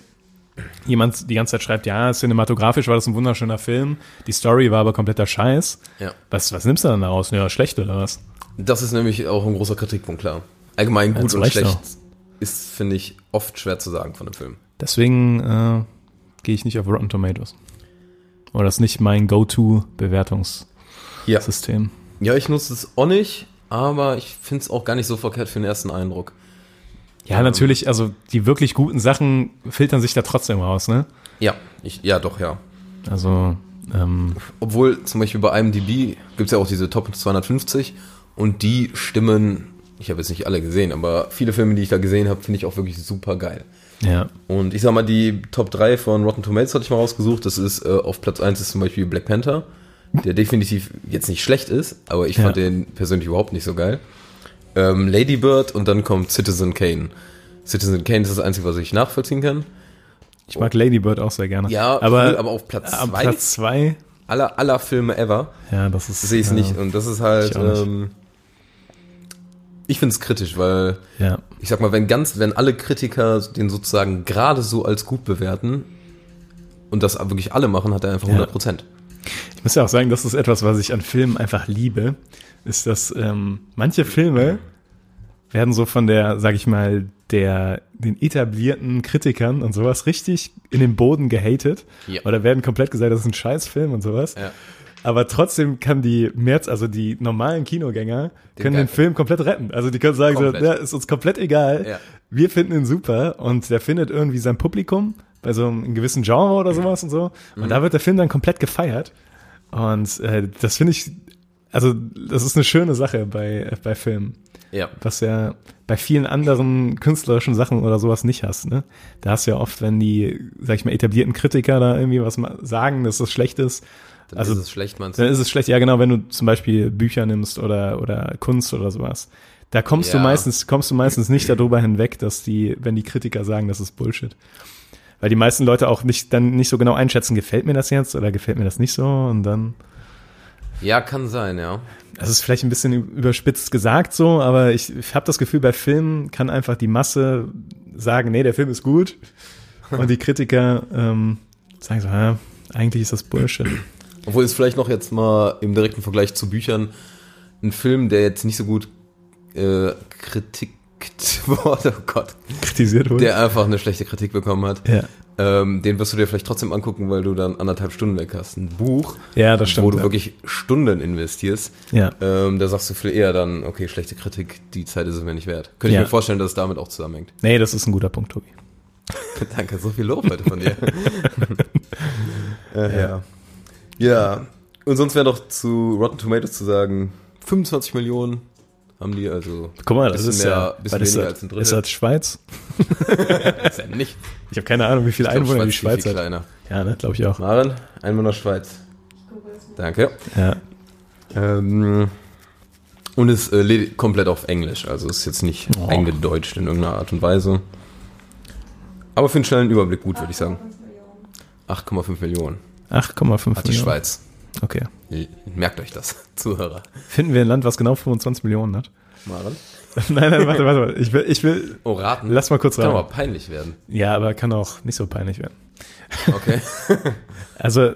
[SPEAKER 1] jemand die ganze Zeit schreibt, ja, cinematografisch war das ein wunderschöner Film, die Story war aber kompletter Scheiß.
[SPEAKER 6] Ja.
[SPEAKER 1] Was, was nimmst du dann daraus? Ja, schlecht oder was?
[SPEAKER 6] Das ist nämlich auch ein großer Kritikpunkt, klar. Allgemein
[SPEAKER 1] Ja,
[SPEAKER 6] gut
[SPEAKER 1] zu
[SPEAKER 6] und
[SPEAKER 1] Recht
[SPEAKER 6] schlecht
[SPEAKER 1] auch.
[SPEAKER 6] ist, finde ich, oft schwer zu sagen von einem Film.
[SPEAKER 1] Deswegen äh, gehe ich nicht auf Rotten Tomatoes. Oder das ist nicht mein Go-To-Bewertungssystem.
[SPEAKER 6] Ja. ja, ich nutze es auch nicht, aber ich finde es auch gar nicht so verkehrt für den ersten Eindruck. Ähm.
[SPEAKER 1] Ja, natürlich, also die wirklich guten Sachen filtern sich da trotzdem raus, ne?
[SPEAKER 6] Ähm, Ja, ich, ja, doch, ja.
[SPEAKER 1] Also, ähm,
[SPEAKER 6] Obwohl zum Beispiel bei IMDb gibt es ja auch diese Top 250 und die stimmen, ich habe jetzt nicht alle gesehen, aber viele Filme, die ich da gesehen habe, finde ich auch wirklich super geil.
[SPEAKER 1] ja.
[SPEAKER 6] Und ich sag mal, die Top 3 von Rotten Tomatoes hatte ich mal rausgesucht. Das ist äh, auf Platz 1 ist zum Beispiel Black Panther, der definitiv jetzt nicht schlecht ist, aber ich
[SPEAKER 1] Ja.
[SPEAKER 6] fand den persönlich überhaupt nicht so geil. Ähm, Lady Bird und dann kommt Citizen Kane. Citizen Kane ist das Einzige, was ich nachvollziehen kann.
[SPEAKER 1] Ich mag Ladybird auch sehr gerne.
[SPEAKER 6] Ja, cool,
[SPEAKER 1] aber,
[SPEAKER 6] aber auf Platz
[SPEAKER 1] ab
[SPEAKER 6] 2
[SPEAKER 1] Platz zwei,
[SPEAKER 6] aller, aller Filme ever
[SPEAKER 1] ja, das ist. äh,
[SPEAKER 6] sehe ich es
[SPEAKER 1] ja,
[SPEAKER 6] nicht. Und das ist halt.
[SPEAKER 1] Ich auch nicht.
[SPEAKER 6] ähm, ich finde es kritisch, weil
[SPEAKER 1] Ja,
[SPEAKER 6] ich sag mal, wenn ganz, wenn alle Kritiker den sozusagen gerade so als gut bewerten und das wirklich alle machen, hat er einfach
[SPEAKER 1] Ja.
[SPEAKER 6] 100 Prozent.
[SPEAKER 1] ich muss ja auch sagen, das ist etwas, was ich an Filmen einfach liebe, ist, dass ähm, manche Filme werden so von der, sag ich mal, der den etablierten Kritikern und sowas richtig in den Boden gehatet
[SPEAKER 6] Ja.
[SPEAKER 1] oder werden komplett gesagt, das ist ein Scheißfilm und sowas.
[SPEAKER 6] Ja.
[SPEAKER 1] Aber trotzdem kann die März, also die normalen Kinogänger, können
[SPEAKER 6] geil
[SPEAKER 1] den Film komplett retten. Also die können sagen,
[SPEAKER 6] Komplett.
[SPEAKER 1] so, ja, ist uns komplett egal.
[SPEAKER 6] Ja.
[SPEAKER 1] Wir finden ihn super und der findet irgendwie sein Publikum bei so einem gewissen Genre oder sowas und so. Und
[SPEAKER 6] Mhm.
[SPEAKER 1] da wird der Film dann komplett gefeiert. Und äh, das finde ich, also das ist eine schöne Sache bei, äh, bei Filmen.
[SPEAKER 6] Ja.
[SPEAKER 1] was ja bei vielen anderen künstlerischen Sachen oder sowas nicht hast. Ne? Da hast du ja oft, wenn die, sag ich mal, etablierten Kritiker da irgendwie was ma- sagen, dass das schlecht ist,
[SPEAKER 6] Dann
[SPEAKER 1] also-
[SPEAKER 6] ist es schlecht, meinst
[SPEAKER 1] dann
[SPEAKER 6] du?
[SPEAKER 1] ist es schlecht. Ja, genau, wenn du zum Beispiel Bücher nimmst oder, oder Kunst oder sowas. Da kommst
[SPEAKER 6] Ja.
[SPEAKER 1] du meistens, kommst du meistens nicht darüber hinweg, dass die, wenn die Kritiker sagen, das ist Bullshit. Weil die meisten Leute auch nicht, dann nicht so genau einschätzen, gefällt mir das jetzt oder gefällt mir das nicht so und dann.
[SPEAKER 6] Ja, kann sein, ja.
[SPEAKER 1] Das ist vielleicht ein bisschen überspitzt gesagt so, aber ich, ich habe das Gefühl, bei Filmen kann einfach die Masse sagen, nee, der Film ist gut. Und die Kritiker ähm, sagen so, ja, eigentlich ist das Bullshit.
[SPEAKER 6] Obwohl es vielleicht noch jetzt mal im direkten Vergleich zu Büchern ein Film, der jetzt nicht so gut äh, kritikt wurde, oh Gott,
[SPEAKER 1] Kritisiert wurde.
[SPEAKER 6] der einfach eine schlechte Kritik bekommen hat,
[SPEAKER 1] Ja.
[SPEAKER 6] ähm, den wirst du dir vielleicht trotzdem angucken, weil du dann anderthalb Stunden weg hast. Ein Buch,
[SPEAKER 1] ja, das stimmt.
[SPEAKER 6] wo du
[SPEAKER 1] ja.
[SPEAKER 6] wirklich Stunden investierst,
[SPEAKER 1] ja.
[SPEAKER 6] ähm, da sagst du viel eher dann, okay, schlechte Kritik, die Zeit ist es mir nicht wert. Könnte
[SPEAKER 1] Ja.
[SPEAKER 6] ich mir vorstellen, dass es damit auch zusammenhängt.
[SPEAKER 1] Nee, das ist ein guter Punkt, Tobi.
[SPEAKER 6] Danke, so viel Lob heute von dir. äh, ja. ja, und sonst wäre doch zu Rotten Tomatoes zu sagen, 25 Millionen haben die, also
[SPEAKER 1] Guck mal, das
[SPEAKER 6] Bisschen
[SPEAKER 1] ist
[SPEAKER 6] mehr-
[SPEAKER 1] ja
[SPEAKER 6] bisschen
[SPEAKER 1] was ist
[SPEAKER 6] weniger
[SPEAKER 1] das,
[SPEAKER 6] als ein Drittel.
[SPEAKER 1] Ist das Schweiz?
[SPEAKER 6] ist ja nicht.
[SPEAKER 1] Ich habe keine Ahnung, wie viele Einwohner die Schweiz
[SPEAKER 6] Schweiz viel
[SPEAKER 1] hat.
[SPEAKER 6] kleiner.
[SPEAKER 1] Ja, ne, glaube ich auch.
[SPEAKER 6] Maren, Einwohner Schweiz. Danke.
[SPEAKER 1] Ja.
[SPEAKER 6] Ähm, und ist äh, ledi- komplett auf Englisch, also ist jetzt nicht
[SPEAKER 1] Oh.
[SPEAKER 6] eingedeutscht in irgendeiner Art und Weise. Aber für einen schnellen Überblick gut, würde ich sagen. 8,5 Millionen
[SPEAKER 1] 8,5
[SPEAKER 6] hat die
[SPEAKER 1] Millionen.
[SPEAKER 6] Schweiz.
[SPEAKER 1] Okay.
[SPEAKER 6] Merkt euch das, Zuhörer.
[SPEAKER 1] Finden wir ein Land, was genau 25 Millionen hat?
[SPEAKER 6] Maren?
[SPEAKER 1] nein, nein, warte, warte, warte. Ich will, ich will,
[SPEAKER 6] Oh, raten.
[SPEAKER 1] lass mal kurz
[SPEAKER 6] Kann aber
[SPEAKER 1] ran.
[SPEAKER 6] peinlich werden.
[SPEAKER 1] Ja, aber kann auch nicht so peinlich werden.
[SPEAKER 6] Okay.
[SPEAKER 1] Also,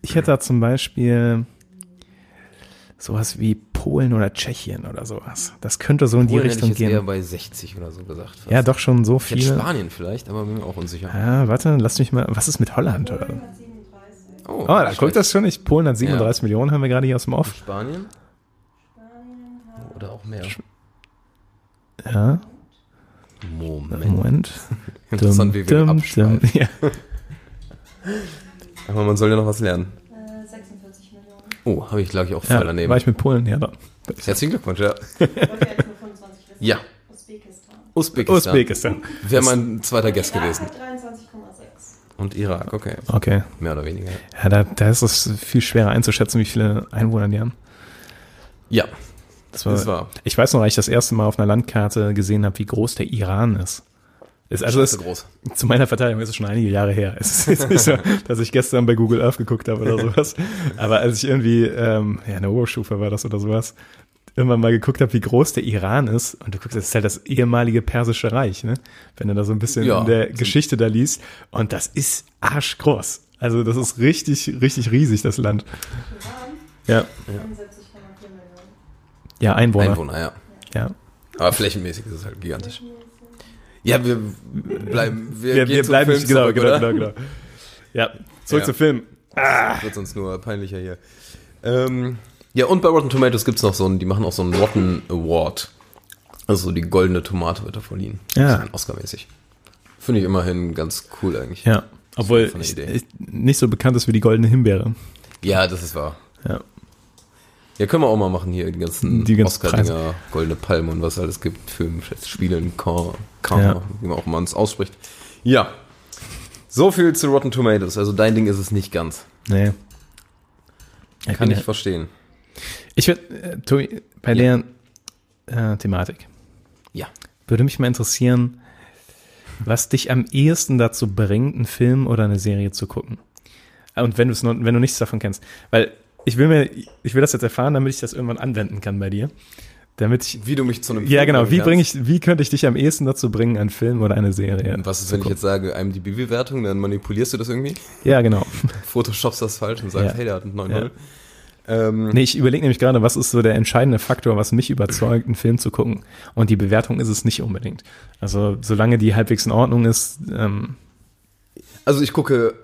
[SPEAKER 1] ich hätte da zum Beispiel sowas wie Polen oder Tschechien oder sowas. Das könnte so in die
[SPEAKER 6] Polen hätte ich
[SPEAKER 1] Richtung
[SPEAKER 6] jetzt eher
[SPEAKER 1] gehen.
[SPEAKER 6] bei 60 oder so gesagt. fast.
[SPEAKER 1] Ja, Ah. doch schon so
[SPEAKER 6] Jetzt
[SPEAKER 1] viele.
[SPEAKER 6] Spanien vielleicht, aber bin mir auch unsicher.
[SPEAKER 1] Ja, warte, lass mich mal. Was ist mit Holland? Oder? so?
[SPEAKER 6] Oh,
[SPEAKER 1] Oh, da guckt das schon nicht. Polen hat 37
[SPEAKER 6] 37
[SPEAKER 1] Millionen, haben wir gerade hier aus dem Off.
[SPEAKER 6] Spanien? Oder auch mehr.
[SPEAKER 1] Ja,
[SPEAKER 6] Moment.
[SPEAKER 1] Moment.
[SPEAKER 6] Interessant, wie wir abschweifen.
[SPEAKER 1] Ja.
[SPEAKER 6] Aber man soll ja noch was lernen.
[SPEAKER 5] 46 Millionen.
[SPEAKER 6] Oh, habe ich, glaube ich, auch voll
[SPEAKER 1] ja
[SPEAKER 6] daneben.
[SPEAKER 1] war ich mit Polen? Ja, da.
[SPEAKER 6] Herzlichen Glückwunsch, ja.
[SPEAKER 5] Ich wollte jetzt nur 25 wissen.
[SPEAKER 6] Ja,
[SPEAKER 5] Usbekistan.
[SPEAKER 6] Usbekistan.
[SPEAKER 1] Usbekistan.
[SPEAKER 6] Wäre mein zweiter Gast gewesen.
[SPEAKER 5] Irak hat 23,6.
[SPEAKER 6] Und Irak, okay.
[SPEAKER 1] Okay.
[SPEAKER 6] Mehr oder weniger.
[SPEAKER 1] Ja, da, da ist es viel schwerer einzuschätzen, wie viele Einwohner die haben.
[SPEAKER 6] Ja,
[SPEAKER 1] Das war,
[SPEAKER 6] das war.
[SPEAKER 1] Ich weiß noch, als ich das erste Mal auf einer Landkarte gesehen habe, wie groß der Iran ist. Ist also
[SPEAKER 6] Das
[SPEAKER 1] ist,
[SPEAKER 6] ist groß.
[SPEAKER 1] zu meiner Verteidigung ist es schon einige Jahre her. Es ist jetzt nicht so, dass ich gestern bei Google Earth geguckt habe oder sowas. Aber als ich irgendwie, ähm, ja, in der Oberstufe war das oder sowas, irgendwann mal geguckt habe, wie groß der Iran ist. Und du guckst, das ist halt das ehemalige persische Reich, ne? Wenn du da so ein bisschen
[SPEAKER 6] Ja.
[SPEAKER 1] in der Geschichte da liest. Und das ist arschgroß. Also das ist richtig, richtig riesig, das Land. Ja,
[SPEAKER 5] 71,4 Millionen.
[SPEAKER 1] ja, Einwohner.
[SPEAKER 6] Einwohner, ja.
[SPEAKER 1] Ja.
[SPEAKER 6] Aber flächenmäßig ist es halt gigantisch. Ja, wir bleiben. Wir,
[SPEAKER 1] Wir,
[SPEAKER 6] gehen
[SPEAKER 1] wir
[SPEAKER 6] zum
[SPEAKER 1] bleiben,
[SPEAKER 6] Film
[SPEAKER 1] genau,
[SPEAKER 6] zurück,
[SPEAKER 1] genau,
[SPEAKER 6] oder?
[SPEAKER 1] genau, genau. Ja, zurück
[SPEAKER 6] Ja.
[SPEAKER 1] zum Film.
[SPEAKER 6] Wird sonst nur peinlicher hier. Ähm, ja, und bei Rotten Tomatoes gibt's noch so einen, die machen auch so einen Rotten Award. Also die goldene Tomate wird da verliehen.
[SPEAKER 1] Ja.
[SPEAKER 6] So ein Oscar-mäßig. Finde ich immerhin ganz cool eigentlich.
[SPEAKER 1] Ja, obwohl
[SPEAKER 6] von der
[SPEAKER 1] ich,
[SPEAKER 6] Idee.
[SPEAKER 1] ich, nicht so bekannt ist wie die goldene Himbeere.
[SPEAKER 6] Ja, das ist wahr.
[SPEAKER 1] Ja.
[SPEAKER 6] Ja, können wir auch mal machen hier, die ganzen,
[SPEAKER 1] Die ganzen
[SPEAKER 6] Oscar-Dinger, goldene Palme und was alles gibt. Film, Spielen, Korn, Korn
[SPEAKER 1] Ja.
[SPEAKER 6] wie man auch immer es ausspricht. Ja. So viel zu Rotten Tomatoes. Also dein Ding ist es nicht ganz.
[SPEAKER 1] Nee. Ja,
[SPEAKER 6] Kann
[SPEAKER 1] bin
[SPEAKER 6] ich verstehen.
[SPEAKER 1] ja- Ich würde, äh, Tobi, bei der äh, Thematik
[SPEAKER 6] Ja.
[SPEAKER 1] würde mich mal interessieren, was dich am ehesten dazu bringt, einen Film oder eine Serie zu gucken. Äh, Und wenn du es noch, wenn du nichts davon kennst. Weil ich will mir, ich will das jetzt erfahren, damit ich das irgendwann anwenden kann bei dir. Damit ich.
[SPEAKER 6] Wie du mich zu einem
[SPEAKER 1] Ja, genau. Wie
[SPEAKER 6] bringen
[SPEAKER 1] bringe ich, wie könnte ich dich am ehesten dazu bringen, einen Film oder eine Serie?
[SPEAKER 6] Und was ist, wenn ich jetzt sage, IMDb-Bewertung, dann manipulierst du das irgendwie,
[SPEAKER 1] Ja, genau.
[SPEAKER 6] photoshopst das falsch und sagst,
[SPEAKER 1] Ja.
[SPEAKER 6] hey, der hat einen Ähm, 9-0.
[SPEAKER 1] Ja. Nee, ich überlege nämlich gerade, was ist so der entscheidende Faktor, was mich überzeugt, einen Film zu gucken. Und die Bewertung ist es nicht unbedingt. Also solange die halbwegs in Ordnung ist, ähm,
[SPEAKER 6] Also ich gucke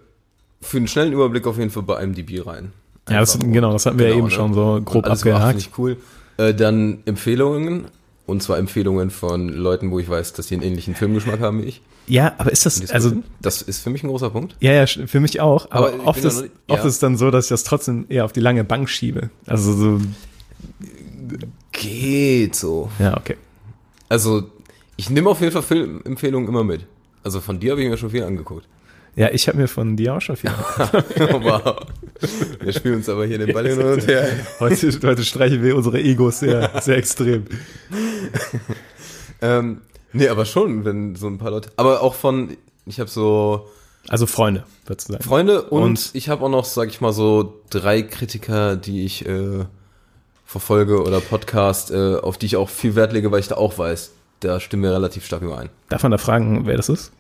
[SPEAKER 6] für einen schnellen Überblick auf jeden Fall bei IMDb rein.
[SPEAKER 1] ja, das,
[SPEAKER 6] Einfach.
[SPEAKER 1] genau, das hatten wir ja eben
[SPEAKER 6] ne?
[SPEAKER 1] schon so grob
[SPEAKER 6] Alles
[SPEAKER 1] abgehakt.
[SPEAKER 6] Alles cool. Äh, dann Empfehlungen, und zwar Empfehlungen von Leuten, wo ich weiß, dass die einen ähnlichen Filmgeschmack haben wie ich.
[SPEAKER 1] Ja, aber ist
[SPEAKER 6] Die
[SPEAKER 1] das,
[SPEAKER 6] es
[SPEAKER 1] also,
[SPEAKER 6] gut finden. das ist für mich ein großer Punkt.
[SPEAKER 1] ja, ja, sch- für mich auch, aber,
[SPEAKER 6] Aber ich
[SPEAKER 1] oft,
[SPEAKER 6] bin
[SPEAKER 1] ist,
[SPEAKER 6] noch nicht-
[SPEAKER 1] oft
[SPEAKER 6] ja.
[SPEAKER 1] ist dann so, dass ich das trotzdem eher auf die lange Bank schiebe. Also so,
[SPEAKER 6] Geht so.
[SPEAKER 1] ja, okay.
[SPEAKER 6] Also, ich nehme auf jeden Fall Filmempfehlungen immer mit. Also von dir habe ich mir schon viel angeguckt.
[SPEAKER 1] Ja, ich habe mir von dir auch schon viel.
[SPEAKER 6] wow. Wir spielen uns aber hier den Ball hin und her.
[SPEAKER 1] heute, heute streichen wir unsere Egos sehr, sehr extrem.
[SPEAKER 6] Ähm, nee, aber schon, wenn so ein paar Leute. Aber auch von, ich habe so
[SPEAKER 1] Also Freunde, würdest du sagen.
[SPEAKER 6] Freunde und,
[SPEAKER 1] Und-
[SPEAKER 6] ich habe auch noch, sag ich mal, so drei Kritiker, die ich äh, verfolge oder Podcast, äh, auf die ich auch viel Wert lege, weil ich da auch weiß, da stimmen wir relativ stark überein.
[SPEAKER 1] Darf man da fragen, wer das ist?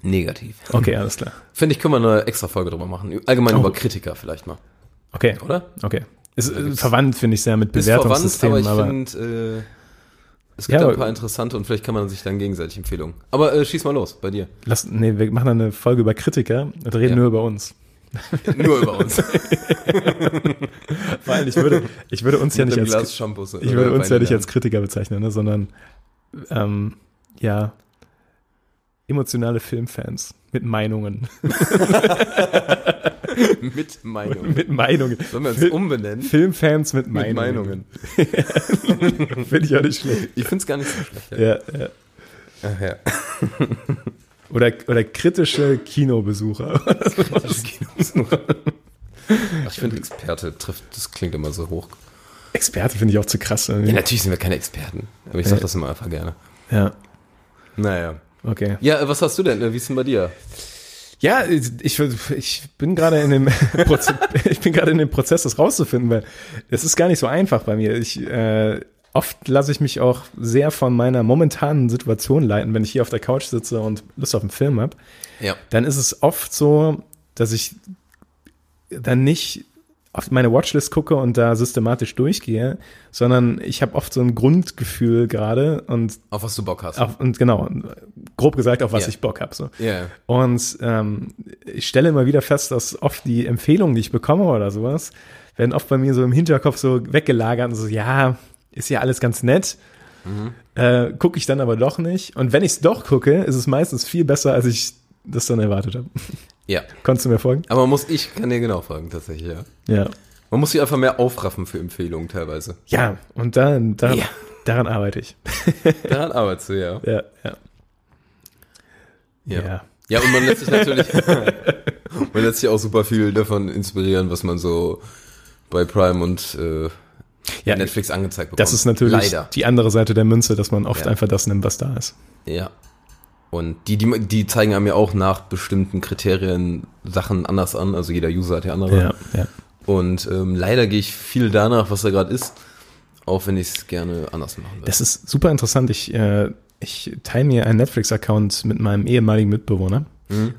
[SPEAKER 6] Negativ.
[SPEAKER 1] Okay, alles klar.
[SPEAKER 6] Finde ich, können wir eine extra Folge drüber machen. Allgemein
[SPEAKER 1] Oh.
[SPEAKER 6] über Kritiker vielleicht mal,
[SPEAKER 1] Okay,
[SPEAKER 6] oder?
[SPEAKER 1] okay. Ist äh, verwandt, finde ich, sehr mit
[SPEAKER 6] Also Ist verwandt, aber
[SPEAKER 1] Bewertungssystemen,
[SPEAKER 6] ich
[SPEAKER 1] aber,
[SPEAKER 6] finde, äh, es gibt
[SPEAKER 1] Ja,
[SPEAKER 6] da ein
[SPEAKER 1] aber-
[SPEAKER 6] paar interessante und vielleicht kann man sich dann gegenseitig Empfehlungen. Aber äh, schieß mal los, bei dir.
[SPEAKER 1] lass, nee, wir machen dann eine Folge über Kritiker und reden
[SPEAKER 6] Ja.
[SPEAKER 1] nur über uns.
[SPEAKER 6] Nur über uns.
[SPEAKER 1] Weil ich würde, ich würde uns ja
[SPEAKER 6] Mit
[SPEAKER 1] nicht
[SPEAKER 6] einem
[SPEAKER 1] als,
[SPEAKER 6] Glas Shampoos. äh,
[SPEAKER 1] ich würde uns ja nicht als Kritiker bezeichnen, ne, sondern ähm, ja emotionale Filmfans mit Meinungen,
[SPEAKER 6] Mit Meinung.
[SPEAKER 1] mit Meinungen,
[SPEAKER 6] Sollen wir uns
[SPEAKER 1] Fil-
[SPEAKER 6] umbenennen?
[SPEAKER 1] Filmfans mit Meinungen.
[SPEAKER 6] Mit Meinungen.
[SPEAKER 1] Finde ich auch nicht schlecht.
[SPEAKER 6] Ich finde es gar nicht so schlecht. Ja.
[SPEAKER 1] Ja, ja.
[SPEAKER 6] Ach ja.
[SPEAKER 1] Oder, oder kritische Kinobesucher.
[SPEAKER 6] Ach, ich finde Experte trifft, das klingt immer so hoch.
[SPEAKER 1] Experte finde ich auch zu krass.
[SPEAKER 6] Ja,
[SPEAKER 1] Irgendwie.
[SPEAKER 6] natürlich sind wir keine Experten, aber ich sag das immer einfach gerne.
[SPEAKER 1] Ja,
[SPEAKER 6] Naja.
[SPEAKER 1] okay.
[SPEAKER 6] Ja, äh, was hast du denn? Äh, Wie ist denn bei dir?
[SPEAKER 1] Ja, ich, ich bin gerade in dem Proze ich bin gerade in dem Prozess, das rauszufinden, weil es ist gar nicht so einfach bei mir. Ich äh, oft lasse ich mich auch sehr von meiner momentanen Situation leiten, wenn ich hier auf der Couch sitze und Lust auf einen Film habe.
[SPEAKER 6] Ja.
[SPEAKER 1] Dann ist es oft so, dass ich dann nicht auf meine Watchlist gucke und da systematisch durchgehe, sondern ich habe oft so ein Grundgefühl gerade und,
[SPEAKER 6] Auf was du Bock hast.
[SPEAKER 1] auf, und genau, grob gesagt, auf was
[SPEAKER 6] Ja.
[SPEAKER 1] ich Bock habe. So.
[SPEAKER 6] Ja.
[SPEAKER 1] Und ähm, ich stelle immer wieder fest, dass oft die Empfehlungen, die ich bekomme oder sowas, werden oft bei mir so im Hinterkopf so weggelagert und so, ja, ist ja alles ganz nett.
[SPEAKER 6] Mhm.
[SPEAKER 1] Äh, gucke ich dann aber doch nicht. Und wenn ich es doch gucke, ist es meistens viel besser, als ich das dann erwartet habe.
[SPEAKER 6] Ja.
[SPEAKER 1] Konntest du mir folgen?
[SPEAKER 6] Aber man muss, ich kann dir genau folgen, tatsächlich, ja.
[SPEAKER 1] Ja.
[SPEAKER 6] Man muss sich einfach mehr aufraffen für Empfehlungen teilweise.
[SPEAKER 1] Ja, und dann, daran,
[SPEAKER 6] Ja.
[SPEAKER 1] daran arbeite ich.
[SPEAKER 6] Daran arbeitest du, ja.
[SPEAKER 1] Ja, ja.
[SPEAKER 6] Ja.
[SPEAKER 1] Ja.
[SPEAKER 6] ja. und man lässt sich natürlich, man lässt sich auch super viel davon inspirieren, was man so bei Prime und äh,
[SPEAKER 1] Ja,
[SPEAKER 6] Netflix angezeigt bekommt.
[SPEAKER 1] Das ist natürlich
[SPEAKER 6] Leider.
[SPEAKER 1] die andere Seite der Münze, dass man oft
[SPEAKER 6] Ja.
[SPEAKER 1] einfach das nimmt, was da ist.
[SPEAKER 6] Ja. Und die, die, die zeigen einem ja auch nach bestimmten Kriterien Sachen anders an. Also jeder User hat ja andere.
[SPEAKER 1] ja.
[SPEAKER 6] Und ähm, leider gehe ich viel danach, was da gerade ist, auch wenn ich es gerne anders machen würde.
[SPEAKER 1] Das ist super interessant. Ich, äh, ich teile mir einen Netflix-Account mit meinem ehemaligen Mitbewohner.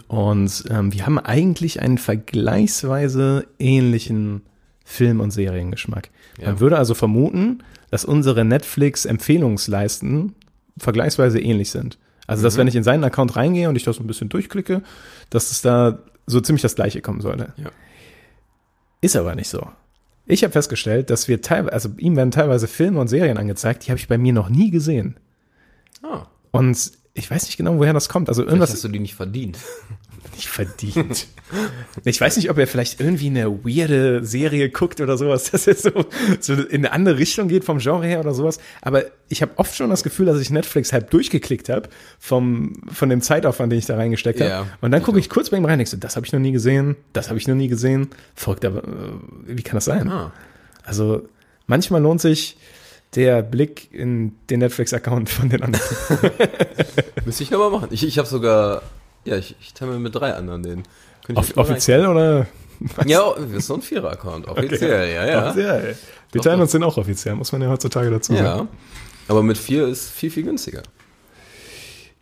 [SPEAKER 1] Und ähm, wir haben eigentlich einen vergleichsweise ähnlichen Film- und Seriengeschmack. Man würde also vermuten, dass unsere Netflix-Empfehlungsleisten vergleichsweise ähnlich sind. Also, dass wenn ich in seinen Account reingehe und ich das ein bisschen durchklicke, dass es da so ziemlich das Gleiche kommen sollte.
[SPEAKER 6] Ja.
[SPEAKER 1] Ist aber nicht so. Ich habe festgestellt, dass wir teilweise, also ihm werden teilweise Filme und Serien angezeigt, die habe ich bei mir noch nie gesehen.
[SPEAKER 6] Ah,
[SPEAKER 1] Und ich weiß nicht genau, woher das kommt. Also
[SPEAKER 6] vielleicht
[SPEAKER 1] irgendwas
[SPEAKER 6] hast du die nicht verdient.
[SPEAKER 1] nicht verdient. ich weiß nicht, ob er vielleicht irgendwie eine weirde Serie guckt oder sowas, dass er so, so in eine andere Richtung geht vom Genre her oder sowas. Aber ich habe oft schon das Gefühl, dass ich Netflix halb durchgeklickt habe vom von dem Zeitaufwand, den ich da reingesteckt habe.
[SPEAKER 6] Ja,
[SPEAKER 1] und dann gucke ich kurz bei ihm rein und denke so, das habe ich noch nie gesehen, das habe ich noch nie gesehen. Folgt aber, äh, wie kann das sein?
[SPEAKER 6] Ah.
[SPEAKER 1] Also manchmal lohnt sich der Blick in den Netflix-Account von den anderen.
[SPEAKER 6] Müsste ich nochmal machen. Ich, ich habe sogar, ja, ich, ich teile mir mit drei anderen den. Könnte ich
[SPEAKER 1] Off
[SPEAKER 6] jetzt mal rein-
[SPEAKER 1] offiziell oder?
[SPEAKER 6] Ja, das ist so ein Vierer-Account, offiziell, ja, ja.
[SPEAKER 1] Offiziell. Wir teilen uns den auch offiziell, muss man ja heutzutage dazu sagen.
[SPEAKER 6] Ja, aber mit vier ist viel, viel günstiger.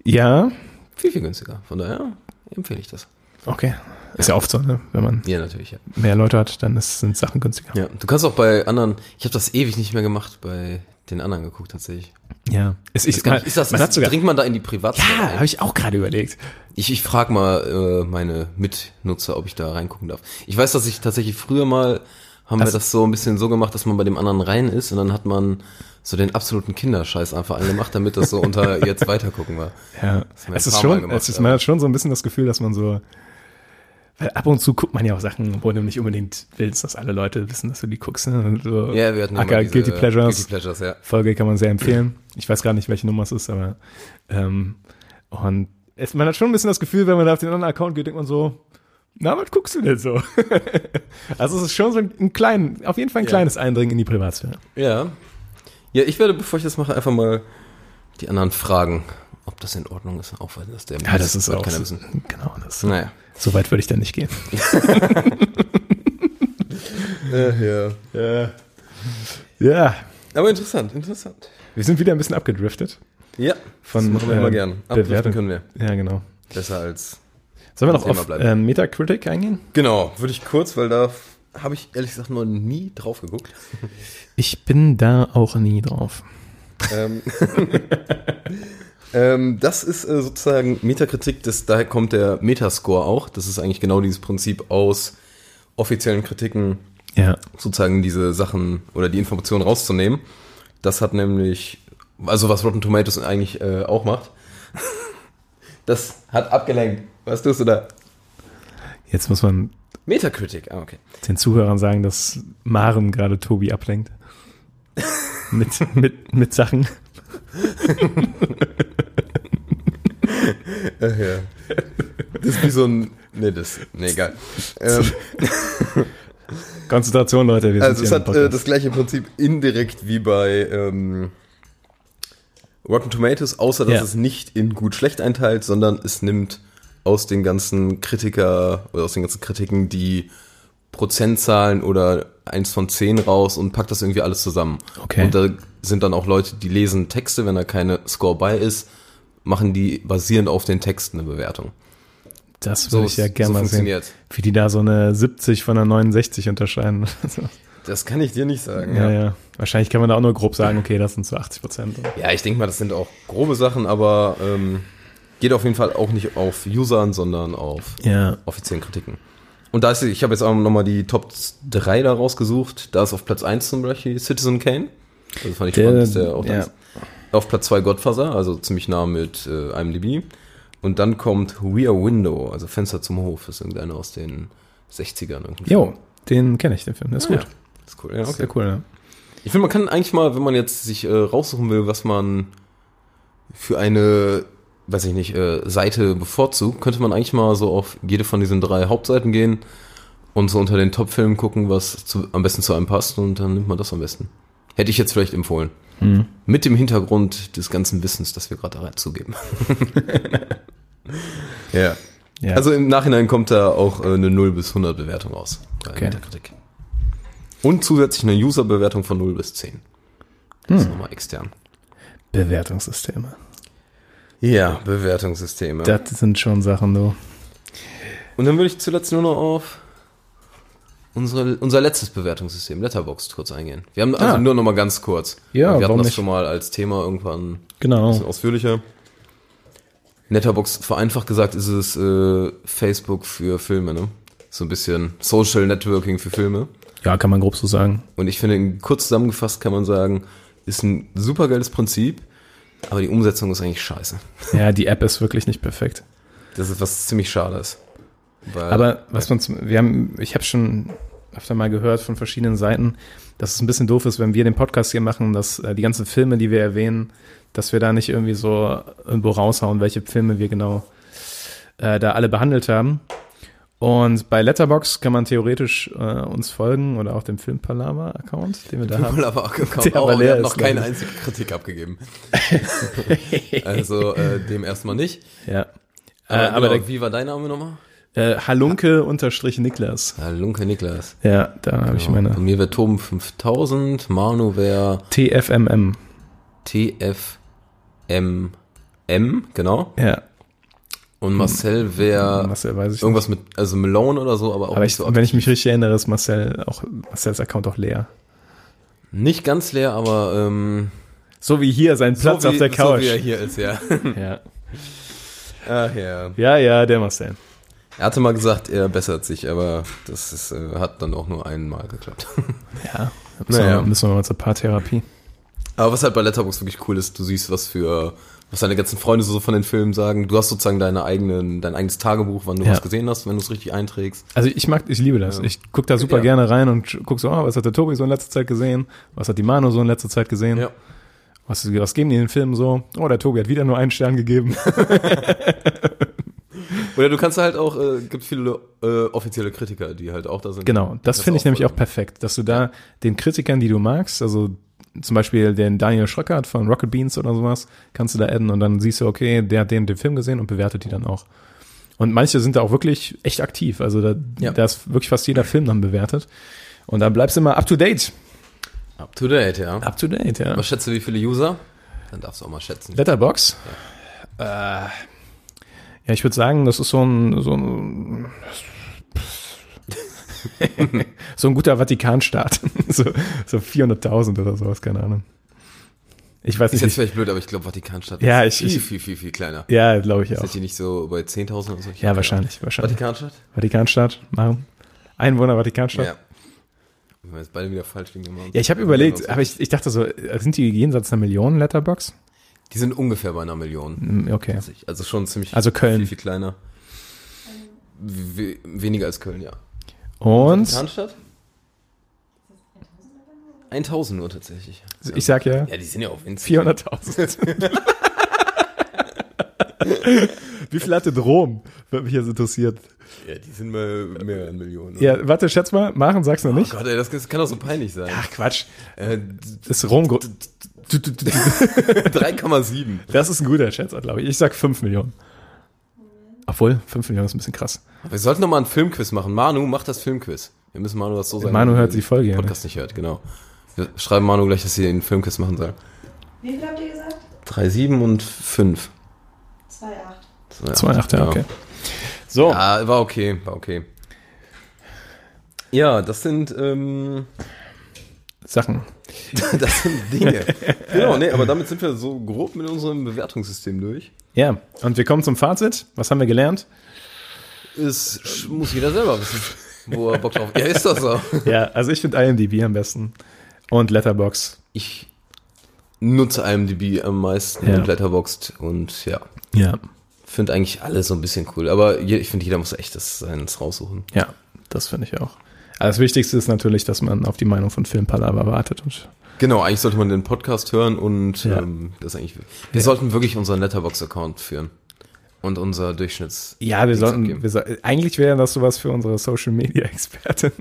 [SPEAKER 1] Ja.
[SPEAKER 6] Viel, viel günstiger. Von daher empfehle ich das.
[SPEAKER 1] Okay. Ist ja oft so, ne? Wenn man
[SPEAKER 6] Ja, natürlich, ja.
[SPEAKER 1] mehr Leute hat, dann ist, sind Sachen günstiger.
[SPEAKER 6] Ja, du kannst auch bei anderen, ich habe das ewig nicht mehr gemacht, bei den anderen geguckt tatsächlich.
[SPEAKER 1] ja. Ist, ist,
[SPEAKER 6] Kann, ist das,
[SPEAKER 1] man hat sogar,
[SPEAKER 6] dringt man da in die Privatsphäre
[SPEAKER 1] ja,
[SPEAKER 6] ein?
[SPEAKER 1] habe ich auch gerade überlegt.
[SPEAKER 6] Ich, ich frage mal äh, meine Mitnutzer, ob ich da reingucken darf. Ich weiß, dass ich tatsächlich früher mal, haben
[SPEAKER 1] Das-
[SPEAKER 6] wir das so ein bisschen so gemacht, dass man bei dem anderen rein ist und dann hat man so den absoluten Kinderscheiß einfach angemacht, damit das so unter jetzt weitergucken war.
[SPEAKER 1] Ja.
[SPEAKER 6] haben wir
[SPEAKER 1] Es
[SPEAKER 6] ein
[SPEAKER 1] ist
[SPEAKER 6] paar Mal
[SPEAKER 1] schon,
[SPEAKER 6] gemacht,
[SPEAKER 1] es ist,
[SPEAKER 6] aber-
[SPEAKER 1] man hat schon so ein bisschen das Gefühl, dass man so Weil ab und zu guckt man ja auch Sachen, wo du nicht unbedingt willst, dass alle Leute wissen, dass du die guckst. Ne? Und So
[SPEAKER 6] Ja, wir hatten ja
[SPEAKER 1] Acker,
[SPEAKER 6] mal diese,
[SPEAKER 1] Guilty
[SPEAKER 6] äh,
[SPEAKER 1] Pleasures.
[SPEAKER 6] Guilty Pleasures, ja.
[SPEAKER 1] Folge kann man sehr empfehlen. Ich weiß gar nicht, welche Nummer es ist, aber ähm, und es, man hat schon ein bisschen das Gefühl, wenn man da auf den anderen Account geht, denkt man so, na, was guckst du denn so? also es ist schon so ein, ein klein, auf jeden Fall ein
[SPEAKER 6] Ja.
[SPEAKER 1] kleines Eindringen in die Privatsphäre.
[SPEAKER 6] Ja. Ja, ich werde, bevor ich das mache, einfach mal die anderen fragen, ob das in Ordnung ist, auch wenn das der
[SPEAKER 1] Ja, das ist
[SPEAKER 6] wird
[SPEAKER 1] auch
[SPEAKER 6] keiner
[SPEAKER 1] so,
[SPEAKER 6] wissen.
[SPEAKER 1] genau das.
[SPEAKER 6] Naja.
[SPEAKER 1] So weit würde ich dann nicht gehen.
[SPEAKER 6] Äh, Ja, ja.
[SPEAKER 1] Ja,
[SPEAKER 6] Aber interessant, interessant.
[SPEAKER 1] wir sind wieder ein bisschen abgedriftet
[SPEAKER 6] Ja,
[SPEAKER 1] von
[SPEAKER 6] das machen wir immer
[SPEAKER 1] ähm,
[SPEAKER 6] gern. Abdriften
[SPEAKER 1] Bewertung.
[SPEAKER 6] können wir.
[SPEAKER 1] Ja, genau.
[SPEAKER 6] Besser als.
[SPEAKER 1] Sollen wir noch
[SPEAKER 6] Thema
[SPEAKER 1] auf
[SPEAKER 6] bleiben.
[SPEAKER 1] äh, Metacritic eingehen?
[SPEAKER 6] Genau, würde ich kurz, weil da habe ich ehrlich gesagt noch nie drauf geguckt.
[SPEAKER 1] Ich bin da auch nie drauf.
[SPEAKER 6] ähm, ähm, das ist äh, sozusagen Metakritik, das, daher kommt der Metascore auch. Das ist eigentlich genau dieses Prinzip aus offiziellen Kritiken
[SPEAKER 1] Ja.
[SPEAKER 6] sozusagen diese Sachen oder die Informationen rauszunehmen. Das hat nämlich, also was Rotten Tomatoes eigentlich äh, auch macht, das hat abgelenkt. Was tust du da?
[SPEAKER 1] Jetzt muss man
[SPEAKER 6] Metakritik, ah, okay.
[SPEAKER 1] den Zuhörern sagen, dass Maren gerade Tobi ablenkt. mit, mit, mit Sachen.
[SPEAKER 6] Das ist wie so ein, nee, das, nee, egal. Ähm,
[SPEAKER 1] Konzentration, Leute. Wir sind
[SPEAKER 6] Also es
[SPEAKER 1] hier im
[SPEAKER 6] hat äh,
[SPEAKER 1] Podcast.
[SPEAKER 6] das gleiche Prinzip indirekt wie bei ähm, Rotten Tomatoes, außer dass
[SPEAKER 1] Ja.
[SPEAKER 6] es nicht in gut schlecht einteilt, sondern es nimmt aus den ganzen Kritiker oder aus den ganzen Kritiken die Prozentzahlen oder eins von zehn raus und packt das irgendwie alles zusammen.
[SPEAKER 1] Okay.
[SPEAKER 6] Und da sind dann auch Leute, die lesen Texte, wenn da keine Score bei ist, machen die basierend auf den Texten eine Bewertung.
[SPEAKER 1] das
[SPEAKER 6] so
[SPEAKER 1] würde ich ja
[SPEAKER 6] ist-
[SPEAKER 1] gerne
[SPEAKER 6] so
[SPEAKER 1] mal sehen.
[SPEAKER 6] funktioniert's.
[SPEAKER 1] Wie die da so eine 70 von einer 69 unterscheiden. So.
[SPEAKER 6] Das kann ich dir nicht sagen.
[SPEAKER 1] ja, ja. Wahrscheinlich kann man da auch nur grob sagen, okay, das sind so 80 Prozent.
[SPEAKER 6] Ja, ich denke mal, das sind auch grobe Sachen, aber ähm, geht auf jeden Fall auch nicht auf Usern, sondern auf
[SPEAKER 1] Ja.
[SPEAKER 6] offiziellen Kritiken. Und da ist, ich habe jetzt auch nochmal die Top 3 da rausgesucht. Da ist auf Platz 1 zum Beispiel Citizen Kane. Das fand ich
[SPEAKER 1] Der-
[SPEAKER 6] spannend, dass der auch da
[SPEAKER 1] ja.
[SPEAKER 6] ist. Auf Platz 2 Godfather, also ziemlich nah mit äh, IMDb. Und dann kommt Rear Window, also Fenster zum Hof. Das ist irgendeiner aus den 60ern. Irgendwie.
[SPEAKER 1] Jo, den kenne ich, den Film. Der ist
[SPEAKER 6] Ah, Ja,
[SPEAKER 1] gut.
[SPEAKER 6] ist cool. Ja,
[SPEAKER 1] Ist
[SPEAKER 6] okay.
[SPEAKER 1] Sehr cool, ne?
[SPEAKER 6] Ich finde, man kann eigentlich mal, wenn man jetzt sich äh, raussuchen will, was man für eine, weiß ich nicht, äh, Seite bevorzugt, könnte man eigentlich mal so auf jede von diesen drei Hauptseiten gehen und so unter den Top-Filmen gucken, was zu, am besten zu einem passt und dann nimmt man das am besten. Hätte ich jetzt vielleicht empfohlen. Mit dem Hintergrund des ganzen Wissens, das wir gerade reinzugeben. ja.
[SPEAKER 1] Ja.
[SPEAKER 6] Also im Nachhinein kommt da auch äh, eine 0 bis 100 Bewertung raus. Bei
[SPEAKER 1] Okay.
[SPEAKER 6] Metacritic. Und zusätzlich eine User-Bewertung von 0 bis 10. Das
[SPEAKER 1] Hm.
[SPEAKER 6] ist nochmal extern.
[SPEAKER 1] Bewertungssysteme.
[SPEAKER 6] Ja, Bewertungssysteme.
[SPEAKER 1] Das sind schon Sachen, du.
[SPEAKER 6] Und dann würde ich zuletzt nur noch auf unsere, unser letztes Bewertungssystem, Letterboxd, kurz eingehen. Wir haben also
[SPEAKER 1] Ah.
[SPEAKER 6] nur noch mal ganz kurz.
[SPEAKER 1] Ja,
[SPEAKER 6] wir hatten
[SPEAKER 1] warum
[SPEAKER 6] das
[SPEAKER 1] nicht?
[SPEAKER 6] schon mal als Thema irgendwann ein bisschen
[SPEAKER 1] Genau.
[SPEAKER 6] ausführlicher. Letterboxd, vereinfacht gesagt, ist es äh, Facebook für Filme, ne? So ein bisschen Social Networking für Filme.
[SPEAKER 1] Ja, kann man grob so sagen.
[SPEAKER 6] Und ich finde, kurz zusammengefasst kann man sagen, ist ein supergeiles Prinzip, aber die Umsetzung ist eigentlich scheiße.
[SPEAKER 1] Ja, die App ist wirklich nicht perfekt.
[SPEAKER 6] Das ist was ziemlich schade ist. Weil-
[SPEAKER 1] Aber was man, zum, wir haben, ich habe schon öfter mal gehört von verschiedenen Seiten, dass es ein bisschen doof ist, wenn wir den Podcast hier machen, dass äh, die ganzen Filme, die wir erwähnen, dass wir da nicht irgendwie so irgendwo raushauen, welche Filme wir genau äh, da alle behandelt haben. Und bei Letterbox kann man theoretisch äh, uns folgen oder auch dem Filmpalava-Account, den wir da haben.
[SPEAKER 6] Google aber auch gekauft.
[SPEAKER 1] Der aber
[SPEAKER 6] Oh,
[SPEAKER 1] leer
[SPEAKER 6] er hat
[SPEAKER 1] ist,
[SPEAKER 6] noch keine
[SPEAKER 1] ne?
[SPEAKER 6] einzige Kritik abgegeben. also äh, dem erstmal nicht.
[SPEAKER 1] Ja. Äh,
[SPEAKER 6] Aber,
[SPEAKER 1] aber
[SPEAKER 6] genau, wie war dein Name nochmal?
[SPEAKER 1] der äh, Halunke-Niklas.
[SPEAKER 6] Ja, Lunke Niklas.
[SPEAKER 1] Ja, da habe ich meine
[SPEAKER 6] Bei mir wäre Tom 5000, Manu wäre
[SPEAKER 1] TFMM.
[SPEAKER 6] TFMM, genau.
[SPEAKER 1] Ja,
[SPEAKER 6] Und Marcel wäre
[SPEAKER 1] Marcel weiß ich
[SPEAKER 6] irgendwas mit, also Malone oder so, aber
[SPEAKER 1] Hm.
[SPEAKER 6] auch
[SPEAKER 1] Aber
[SPEAKER 6] nicht
[SPEAKER 1] ich,
[SPEAKER 6] so
[SPEAKER 1] wenn ich mich richtig erinnere, ist Marcel auch, Marcels Account auch leer.
[SPEAKER 6] Nicht ganz leer, aber ähm,
[SPEAKER 1] So wie hier sein Platz
[SPEAKER 6] so wie,
[SPEAKER 1] auf der
[SPEAKER 6] So wie er
[SPEAKER 1] Couch.
[SPEAKER 6] hier ist, ja.
[SPEAKER 1] ja.
[SPEAKER 6] Ach ja.
[SPEAKER 1] ja, ja, der Marcel.
[SPEAKER 6] Er hatte mal gesagt, er bessert sich, aber das ist, äh, hat dann auch nur einmal geklappt.
[SPEAKER 1] Ja. Müssen,
[SPEAKER 6] Naja.
[SPEAKER 1] wir, müssen wir mal zur Paartherapie.
[SPEAKER 6] aber was halt bei Letterboxd wirklich cool ist, du siehst, was für was deine ganzen Freunde so von den Filmen sagen. Du hast sozusagen deine eigenen, dein eigenes Tagebuch, wann du
[SPEAKER 1] Ja.
[SPEAKER 6] was gesehen hast, wenn du es richtig einträgst.
[SPEAKER 1] Also ich mag, ich liebe das.
[SPEAKER 6] Ja.
[SPEAKER 1] Ich gucke da super
[SPEAKER 6] Ja.
[SPEAKER 1] gerne rein und gucke so, ah, was hat der Tobi so in letzter Zeit gesehen? Was hat die Mano so in letzter Zeit gesehen?
[SPEAKER 6] Ja.
[SPEAKER 1] Was, was geben die den Filmen so? Oh, der Tobi hat wieder nur einen Stern gegeben.
[SPEAKER 6] Oder du kannst halt auch, äh, gibt viele äh, offizielle Kritiker, die halt auch da sind.
[SPEAKER 1] Genau, das, finde ich nämlich auch
[SPEAKER 6] voll-
[SPEAKER 1] perfekt, dass du da den Kritikern, die du magst, also zum Beispiel den Daniel Schröckert von Rocket Beans oder sowas, kannst du da adden und dann siehst du, okay, der hat den, den Film gesehen und bewertet die dann auch. Und manche sind da auch wirklich echt aktiv, also da,
[SPEAKER 6] Ja.
[SPEAKER 1] da ist wirklich fast jeder Film dann bewertet. Und dann bleibst du immer up to date.
[SPEAKER 6] Up to date, ja.
[SPEAKER 1] Up to date, ja.
[SPEAKER 6] Was schätzt du, wie viele User? Dann darfst du auch mal schätzen.
[SPEAKER 1] Letterbox. Äh, ja, ich würde sagen, das ist so ein, so ein, so ein guter Vatikanstaat. so so 400.000 oder sowas, keine Ahnung. Ich weiß nicht.
[SPEAKER 6] Ist jetzt
[SPEAKER 1] Ich,
[SPEAKER 6] vielleicht blöd, aber ich glaube, Vatikanstadt
[SPEAKER 1] Ja,
[SPEAKER 6] ist
[SPEAKER 1] ich-
[SPEAKER 6] viel, viel, viel, viel kleiner.
[SPEAKER 1] ja, glaube ich auch.
[SPEAKER 6] Sind die nicht so bei 10.000 oder
[SPEAKER 1] Ja,
[SPEAKER 6] so? Ich hab keine
[SPEAKER 1] wahrscheinlich, wahrscheinlich.
[SPEAKER 6] Ahnung. Vatikanstadt?
[SPEAKER 1] Vatikanstaat, machen. Einwohner Vatikanstadt. Ja,
[SPEAKER 6] Ja. Wenn wir jetzt beide wieder falsch liegen. Also, immer-
[SPEAKER 1] ich habe überlegt, aber ich, ich dachte so, sind die jenseits einer Million Letterbox?
[SPEAKER 6] Die sind ungefähr bei einer Million.
[SPEAKER 1] Hm, Okay.
[SPEAKER 6] Also schon ziemlich
[SPEAKER 1] Also Köln.
[SPEAKER 6] viel, viel kleiner. We weniger als Köln, ja.
[SPEAKER 1] Und
[SPEAKER 6] Vatikanstadt? 1000 nur tatsächlich.
[SPEAKER 1] ich sag ja
[SPEAKER 6] Ja, die sind ja auch winzig.
[SPEAKER 1] 400.000. Wie viel hatte Rom? Würde mich jetzt interessiert.
[SPEAKER 6] Ja, die sind mal mehr an Millionen.
[SPEAKER 1] Ja, warte, schätz mal. Machen, sag's noch
[SPEAKER 6] Oh
[SPEAKER 1] nicht.
[SPEAKER 6] Gott, ey, das kann doch so peinlich sein.
[SPEAKER 1] Ach, Quatsch.
[SPEAKER 6] Äh,
[SPEAKER 1] Ist Rom gro-
[SPEAKER 6] 3,7.
[SPEAKER 1] Das ist ein guter Schätz, glaube ich. Ich sag 5 Millionen. Obwohl, 5 Millionen ist ein bisschen krass.
[SPEAKER 6] Wir sollten noch mal ein Filmquiz machen. Manu, mach das Filmquiz. Wir müssen Manu das so sagen.
[SPEAKER 1] Manu
[SPEAKER 6] dass
[SPEAKER 1] hört
[SPEAKER 6] sie
[SPEAKER 1] die Folge ja
[SPEAKER 6] den Podcast nicht hört, genau. Wir schreiben Manu gleich, dass sie den Filmquiz machen soll.
[SPEAKER 5] Wie viel habt ihr gesagt?
[SPEAKER 6] 3,7 und 5.
[SPEAKER 5] 2,8.
[SPEAKER 1] 2,8, ja, okay. So,
[SPEAKER 6] Ja, war okay, war okay. Ja, das sind, ähm,
[SPEAKER 1] Sachen.
[SPEAKER 6] das sind Dinge. genau, nee, aber damit sind wir so grob mit unserem Bewertungssystem durch.
[SPEAKER 1] Ja, und wir kommen zum Fazit. Was haben wir gelernt?
[SPEAKER 6] Es sch- muss jeder selber wissen, wo er Bock drauf hat. Ja, ist das so.
[SPEAKER 1] Ja, also ich finde IMDb am besten. Und Letterbox.
[SPEAKER 6] Ich nutze IMDb am meisten
[SPEAKER 1] Ja.
[SPEAKER 6] und Letterboxd und ja,
[SPEAKER 1] Ja.
[SPEAKER 6] finde eigentlich alles so ein bisschen cool. Aber je, ich finde, jeder muss echt das seins raussuchen.
[SPEAKER 1] Ja, das finde ich auch. Aber das Wichtigste ist natürlich, dass man auf die Meinung von Filmpalava wartet. Und
[SPEAKER 6] Genau, eigentlich sollte man den Podcast hören und
[SPEAKER 1] Ja.
[SPEAKER 6] ähm, das eigentlich. Wir sollten wirklich unseren Letterbox-Account führen und unser Durchschnitts.
[SPEAKER 1] ja, wir
[SPEAKER 6] Nichts
[SPEAKER 1] sollten,
[SPEAKER 6] abgeben.
[SPEAKER 1] wir soll, eigentlich wäre das sowas für unsere Social Media Expertin.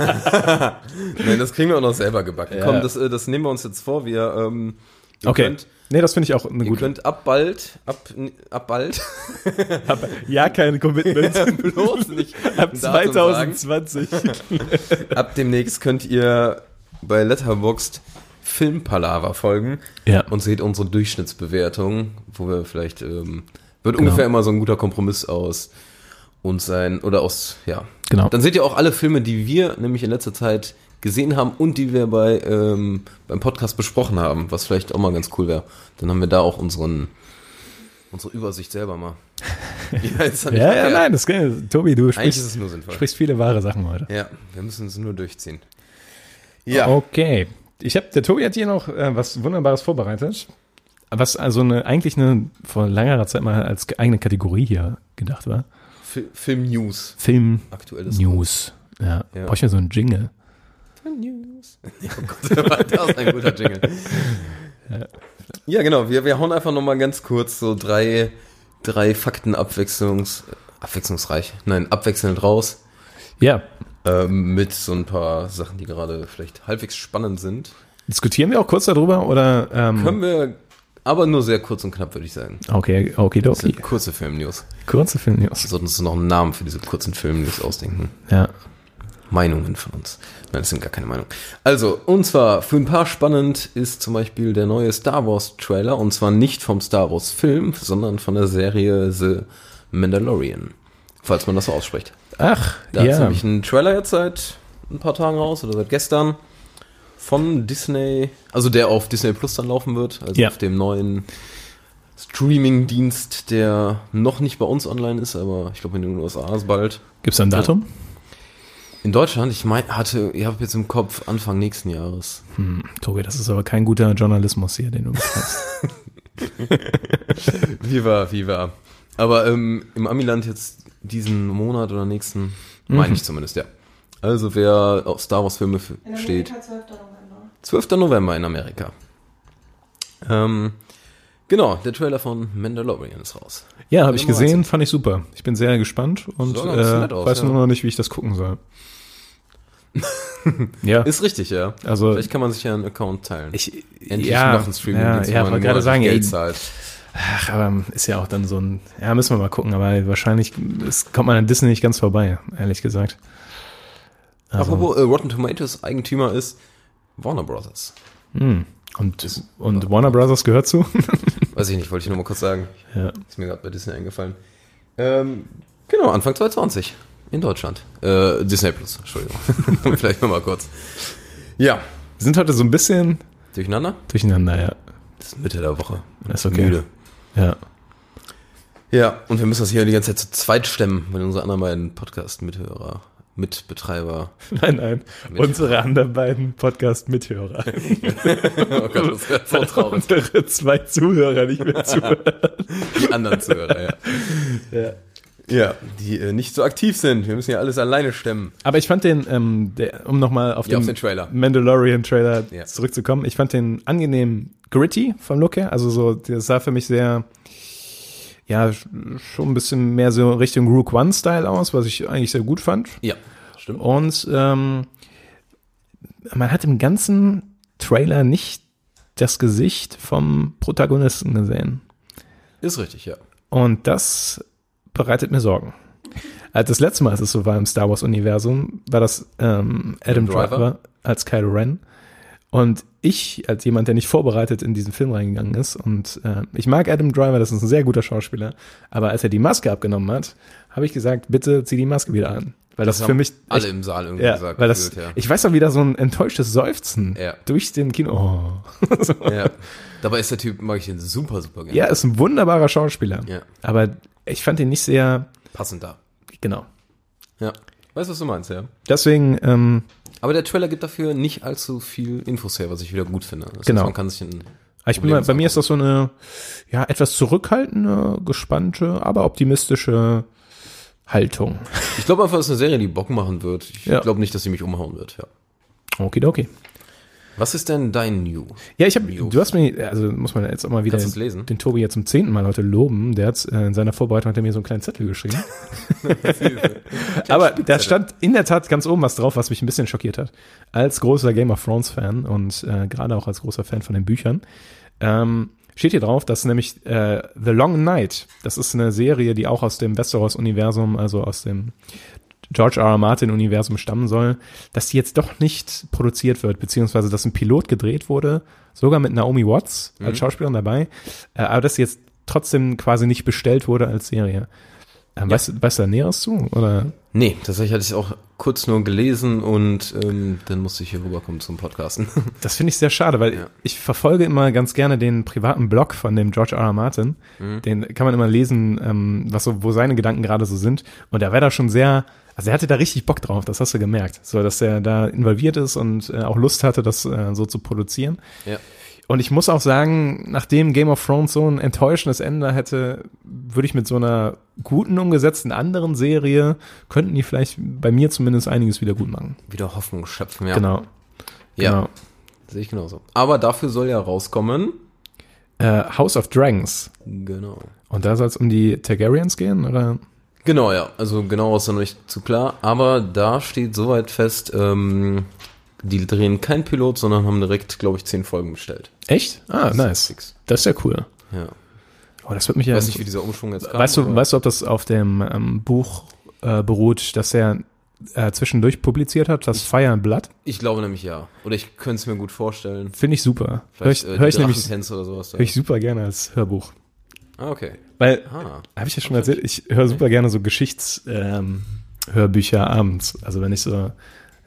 [SPEAKER 6] Nein, das kriegen wir auch noch selber gebacken.
[SPEAKER 1] Ja.
[SPEAKER 6] Komm, das, äh, das nehmen wir uns jetzt vor. Wir ähm, ihr
[SPEAKER 1] Okay.
[SPEAKER 6] könnt,
[SPEAKER 1] nee, das finde ich auch eine
[SPEAKER 6] ihr
[SPEAKER 1] gute.
[SPEAKER 6] könnt ab bald, ab, ab bald,
[SPEAKER 1] Ja, kein Commitment.
[SPEAKER 6] bloß nicht Um
[SPEAKER 1] Ab
[SPEAKER 6] ein Datum sagen.
[SPEAKER 1] 2020.
[SPEAKER 6] Ab demnächst könnt ihr bei Letterboxd Filmpalava folgen
[SPEAKER 1] Ja.
[SPEAKER 6] und seht unsere Durchschnittsbewertung, wo wir vielleicht ähm, wird
[SPEAKER 1] Genau.
[SPEAKER 6] ungefähr immer so ein guter Kompromiss aus uns sein oder aus ja.
[SPEAKER 1] Genau.
[SPEAKER 6] Dann seht ihr auch alle Filme, die wir nämlich in letzter Zeit gesehen haben und die wir bei ähm, beim Podcast besprochen haben, was vielleicht auch mal ganz cool wäre. Dann haben wir da auch unseren unsere Übersicht selber mal. ja, ist doch nicht
[SPEAKER 1] ja, ja,
[SPEAKER 6] verkehrt.
[SPEAKER 1] nein, das geht. Tobi, du
[SPEAKER 6] Eigentlich ist
[SPEAKER 1] sprichst,
[SPEAKER 6] es nur sinnvoll.
[SPEAKER 1] sprichst viele wahre Sachen heute.
[SPEAKER 6] Ja, wir müssen es nur durchziehen. Ja.
[SPEAKER 1] Okay. Ich habe, der Tobi hat hier noch äh, was Wunderbares vorbereitet. Was also eine, eigentlich eine vor langer Zeit mal als eigene Kategorie hier gedacht war.
[SPEAKER 6] Fi- Film News.
[SPEAKER 1] Film,
[SPEAKER 6] Aktuelles.
[SPEAKER 1] News. Ja.
[SPEAKER 6] Ja.
[SPEAKER 1] Brauche ich mir so einen Jingle.
[SPEAKER 6] Oh Gott, das ist ein guter Jingle. Ja, genau. Wir, wir hauen einfach nochmal ganz kurz so drei, drei Fakten abwechslungs, abwechslungsreich, nein, abwechselnd raus.
[SPEAKER 1] Ja.
[SPEAKER 6] Ähm, mit so ein paar Sachen, die gerade vielleicht halbwegs spannend sind.
[SPEAKER 1] Diskutieren wir auch kurz darüber oder ähm,
[SPEAKER 6] Können wir, aber nur sehr kurz und knapp, würde ich sagen.
[SPEAKER 1] Okay, okay,
[SPEAKER 6] Das sind
[SPEAKER 1] okay.
[SPEAKER 6] kurze Film-News.
[SPEAKER 1] Kurze
[SPEAKER 6] Wir
[SPEAKER 1] Film-News.
[SPEAKER 6] sollten uns noch einen Namen für diese kurzen Film-News ausdenken.
[SPEAKER 1] Ja.
[SPEAKER 6] Meinungen von uns. Nein, das sind gar keine Meinungen. Also, und zwar für ein paar spannend ist zum Beispiel der neue Star Wars Trailer und zwar nicht vom Star Wars Film, sondern von der Serie The Mandalorian. Falls man das so ausspricht.
[SPEAKER 1] Ach,
[SPEAKER 6] Da ist
[SPEAKER 1] ja.
[SPEAKER 6] nämlich ein Trailer jetzt seit ein paar Tagen raus oder seit gestern von Disney, also der auf Disney Plus dann laufen wird, also
[SPEAKER 1] Ja.
[SPEAKER 6] auf dem neuen Streaming-Dienst, der noch nicht bei uns online ist, aber ich glaube in den USA ist bald.
[SPEAKER 1] Gibt es da ein Datum?
[SPEAKER 6] In Deutschland, ich mein, hatte, ich habe jetzt im Kopf Anfang nächsten Jahres.
[SPEAKER 1] Tobi, das ist aber kein guter Journalismus hier, den du betreibst.
[SPEAKER 6] Wie war, wie war. Aber ähm, im Amiland jetzt diesen Monat oder nächsten, meine ich zumindest, ja. Also wer auf Star Wars Filme f-
[SPEAKER 5] In
[SPEAKER 6] steht,
[SPEAKER 5] Amerika 12. November.
[SPEAKER 6] 12. November in Amerika. Ähm, genau, der Trailer von Mandalorian ist raus.
[SPEAKER 1] ja, habe ich
[SPEAKER 6] Nummer
[SPEAKER 1] gesehen, fand ich super. Ich bin sehr gespannt und
[SPEAKER 6] Sah ganz
[SPEAKER 1] äh,
[SPEAKER 6] nett aus,
[SPEAKER 1] weiß
[SPEAKER 6] ja.
[SPEAKER 1] nur noch nicht, wie ich das gucken soll. ja,
[SPEAKER 6] Ist richtig, ja.
[SPEAKER 1] also
[SPEAKER 6] Vielleicht kann man sich ja einen Account teilen.
[SPEAKER 1] ich,
[SPEAKER 6] Endlich
[SPEAKER 1] ja,
[SPEAKER 6] noch einen Streaming,
[SPEAKER 1] Ja, ja wollte gerade sagen, ey,
[SPEAKER 6] Geld zahlt.
[SPEAKER 1] ach, aber ist ja auch dann so ein, ja, müssen wir mal gucken, aber wahrscheinlich es kommt man an Disney nicht ganz vorbei, ehrlich gesagt. Also,
[SPEAKER 6] Apropos äh, Rotten Tomatoes Eigentümer ist Warner Brothers.
[SPEAKER 1] hm, Und, und Warner Brothers gehört zu?
[SPEAKER 6] Weiß ich nicht, wollte ich nur mal kurz sagen.
[SPEAKER 1] ja.
[SPEAKER 6] Ist mir gerade bei Disney eingefallen. Ähm, genau, Anfang 2020 in Deutschland. Äh, Disney Plus, Entschuldigung. Vielleicht nochmal kurz. Ja,
[SPEAKER 1] Wir sind heute so ein bisschen
[SPEAKER 6] durcheinander?
[SPEAKER 1] durcheinander, ja.
[SPEAKER 6] Das ist Mitte der Woche.
[SPEAKER 1] Ist okay.
[SPEAKER 6] Müde.
[SPEAKER 1] Ja.
[SPEAKER 6] Ja, und wir müssen das hier die ganze Zeit zu zweit stemmen, weil unsere anderen beiden Podcast-Mithörer, Mitbetreiber.
[SPEAKER 1] Nein, nein.
[SPEAKER 6] Mithörer.
[SPEAKER 1] Unsere anderen beiden Podcast-Mithörer.
[SPEAKER 6] Oh Gott, das wäre so traurig.
[SPEAKER 1] Unsere zwei Zuhörer nicht mehr zuhören.
[SPEAKER 6] Die anderen Zuhörer, ja.
[SPEAKER 1] ja.
[SPEAKER 6] Ja, die äh, nicht so aktiv sind. Wir müssen ja alles alleine stemmen.
[SPEAKER 1] Aber ich fand den, ähm, der, um nochmal auf,
[SPEAKER 6] Ja, auf
[SPEAKER 1] den
[SPEAKER 6] den Trailer.
[SPEAKER 1] Mandalorian-Trailer
[SPEAKER 6] Ja.
[SPEAKER 1] zurückzukommen, ich fand den angenehm gritty vom Look her. Also so, das sah für mich sehr, ja, sch- schon ein bisschen mehr so Richtung Rook One-Style aus, was ich eigentlich sehr gut fand.
[SPEAKER 6] Ja, stimmt.
[SPEAKER 1] Und ähm, man hat im ganzen Trailer nicht das Gesicht vom Protagonisten gesehen.
[SPEAKER 6] Ist richtig, ja.
[SPEAKER 1] Und das bereitet mir Sorgen. Als das letzte Mal, als es so war im Star Wars-Universum, war das ähm, Adam
[SPEAKER 6] Driver.
[SPEAKER 1] Driver, als Kylo Ren. Und ich, als jemand, der nicht vorbereitet in diesen Film reingegangen ist, und äh, ich mag Adam Driver, das ist ein sehr guter Schauspieler, aber als er die Maske abgenommen hat, habe ich gesagt, bitte zieh die Maske wieder an. Weil das,
[SPEAKER 6] haben
[SPEAKER 1] für mich
[SPEAKER 6] alle im Saal irgendwie
[SPEAKER 1] ja,
[SPEAKER 6] gesagt.
[SPEAKER 1] weil das,
[SPEAKER 6] gefühlt, ja.
[SPEAKER 1] ich weiß noch wieder so ein enttäuschtes Seufzen
[SPEAKER 6] Ja.
[SPEAKER 1] durch den Kino. Oh. so. ja.
[SPEAKER 6] Ja. Dabei ist der Typ, mag ich den super, super gerne.
[SPEAKER 1] ist ein wunderbarer Schauspieler.
[SPEAKER 6] Ja.
[SPEAKER 1] Aber ich fand ihn nicht sehr,
[SPEAKER 6] Passend da.
[SPEAKER 1] genau.
[SPEAKER 6] Ja. Weißt du, was du meinst, ja?
[SPEAKER 1] Deswegen, ähm,
[SPEAKER 6] Aber der Trailer gibt dafür nicht allzu viel Infos her, was ich wieder gut finde. Das
[SPEAKER 1] Genau.
[SPEAKER 6] heißt, man kann sich in,
[SPEAKER 1] ich bin
[SPEAKER 6] Problem
[SPEAKER 1] mal,
[SPEAKER 6] ist
[SPEAKER 1] bei mir
[SPEAKER 6] auch-
[SPEAKER 1] ist das so eine, ja, etwas zurückhaltende, gespannte, aber optimistische Haltung.
[SPEAKER 6] ich glaube einfach, es ist eine Serie, die Bock machen wird. Ich
[SPEAKER 1] Ja.
[SPEAKER 6] glaube nicht, dass sie mich umhauen wird, ja.
[SPEAKER 1] Okidoki.
[SPEAKER 6] Was ist denn dein New?
[SPEAKER 1] Ja, ich habe,
[SPEAKER 6] Jo.
[SPEAKER 1] du hast mir, also muss man jetzt auch mal wieder
[SPEAKER 6] Kannst du's lesen?
[SPEAKER 1] den Tobi jetzt zum zehnten Mal heute loben. Der hat äh, in seiner Vorbereitung hat er mir so einen kleinen Zettel geschrieben. Aber da stand in der Tat ganz oben was drauf, was mich ein bisschen schockiert hat. Als großer Game of Thrones Fan und äh, gerade auch als großer Fan von den Büchern ähm, steht hier drauf, dass nämlich äh, The Long Night, das ist eine Serie, die auch aus dem Westeros-Universum, also aus dem George R. R. Martin-Universum stammen soll, dass die jetzt doch nicht produziert wird, beziehungsweise dass ein Pilot gedreht wurde, sogar mit Naomi Watts als Schauspielerin dabei, äh, aber dass die jetzt trotzdem quasi nicht bestellt wurde als Serie. Ähm, weißt, du- weißt du da Näheres zu? Oder?
[SPEAKER 6] Nee, tatsächlich hatte ich es auch kurz nur gelesen und ähm, dann musste ich hier rüberkommen zum Podcasten.
[SPEAKER 1] Das finde ich sehr schade, weil ich verfolge immer ganz gerne den privaten Blog von dem George R. R. Martin.
[SPEAKER 6] Mhm.
[SPEAKER 1] Den kann man immer lesen, ähm, was so, wo seine Gedanken gerade so sind. Und er war da schon sehr, also er hatte da richtig Bock drauf, das hast du gemerkt. So, dass er da involviert ist und äh, auch Lust hatte, das äh, so zu produzieren.
[SPEAKER 6] ja.
[SPEAKER 1] Und ich muss auch sagen, nachdem Game of Thrones so ein enttäuschendes Ende hätte, würde ich mit so einer guten, umgesetzten anderen Serie, könnten die vielleicht bei mir zumindest einiges wieder gut machen.
[SPEAKER 6] Wieder Hoffnung schöpfen, ja.
[SPEAKER 1] Genau.
[SPEAKER 6] Ja,
[SPEAKER 1] Genau.
[SPEAKER 6] sehe ich genauso. Aber dafür soll ja rauskommen.
[SPEAKER 1] Äh, House of Dragons.
[SPEAKER 6] Genau.
[SPEAKER 1] Und da soll es um die Targaryens gehen, oder?
[SPEAKER 6] Genau, ja. Also genau ist noch nicht zu klar. Aber da steht soweit fest, ähm, die drehen kein Pilot, sondern haben direkt, glaube ich, zehn Folgen bestellt.
[SPEAKER 1] Echt? Ah, nice.
[SPEAKER 6] Six.
[SPEAKER 1] Das ist ja cool.
[SPEAKER 6] Ja.
[SPEAKER 1] Oh, das wird mich ja.
[SPEAKER 6] Weiß nicht, wie dieser Umschwung jetzt kam.
[SPEAKER 1] weißt,
[SPEAKER 6] aber-
[SPEAKER 1] du, weißt du, ob das auf dem ähm, Buch äh, beruht, das er äh, zwischendurch publiziert hat, das Fire and Blood?
[SPEAKER 6] Ich glaube nämlich ja. Oder ich könnte es mir gut vorstellen.
[SPEAKER 1] Finde ich super. Höre ich,
[SPEAKER 6] Vielleicht äh,
[SPEAKER 1] hör
[SPEAKER 6] die
[SPEAKER 1] ich nämlich hör
[SPEAKER 6] Drachentänze oder sowas. da.
[SPEAKER 1] ich super gerne als Hörbuch.
[SPEAKER 6] ah, okay.
[SPEAKER 1] Weil,
[SPEAKER 6] Ah.
[SPEAKER 1] habe ich ja schon mal erzählt, ich höre super gerne so Geschichtshörbücher ähm, Hörbücher abends. Also wenn ich so,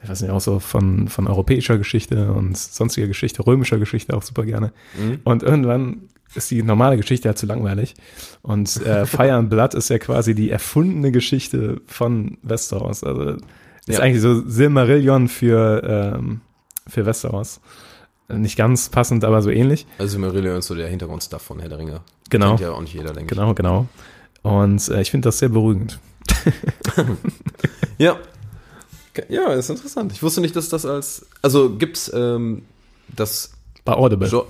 [SPEAKER 1] ich weiß nicht, auch so von, von europäischer Geschichte und sonstiger Geschichte, römischer Geschichte auch super gerne.
[SPEAKER 6] Mhm.
[SPEAKER 1] Und irgendwann ist die normale Geschichte halt zu langweilig. Und äh, Fire and Blood ist ja quasi die erfundene Geschichte von Westeros. Also Ist
[SPEAKER 6] Ja.
[SPEAKER 1] eigentlich so Silmarillion für, ähm, für Westeros. Nicht ganz passend, aber so ähnlich.
[SPEAKER 6] Also Marillion ist so der Hintergrundstuff von Herr der Ringe.
[SPEAKER 1] Genau.
[SPEAKER 6] Kennt ja auch nicht jeder, denke
[SPEAKER 1] Genau, genau. Und äh, ich finde das sehr beruhigend.
[SPEAKER 6] ich. Ja. Ja, ist interessant. Ich wusste nicht, dass das als. Also gibt's ähm, das.
[SPEAKER 1] Bei Audible. Hm.
[SPEAKER 6] Jo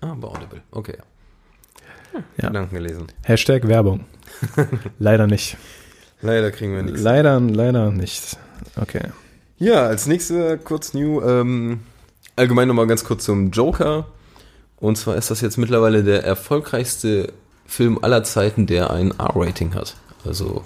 [SPEAKER 6] ah, bei Audible. Okay.
[SPEAKER 1] Ja.
[SPEAKER 6] Gedanken gelesen.
[SPEAKER 1] Hashtag Werbung. leider nicht.
[SPEAKER 6] Leider kriegen wir nichts.
[SPEAKER 1] Leider, leider nicht. Okay.
[SPEAKER 6] Ja, als nächster kurz New. Ähm, allgemein nochmal ganz kurz zum Joker. Und zwar ist das jetzt mittlerweile der erfolgreichste Film aller Zeiten, der ein R-Rating hat. Also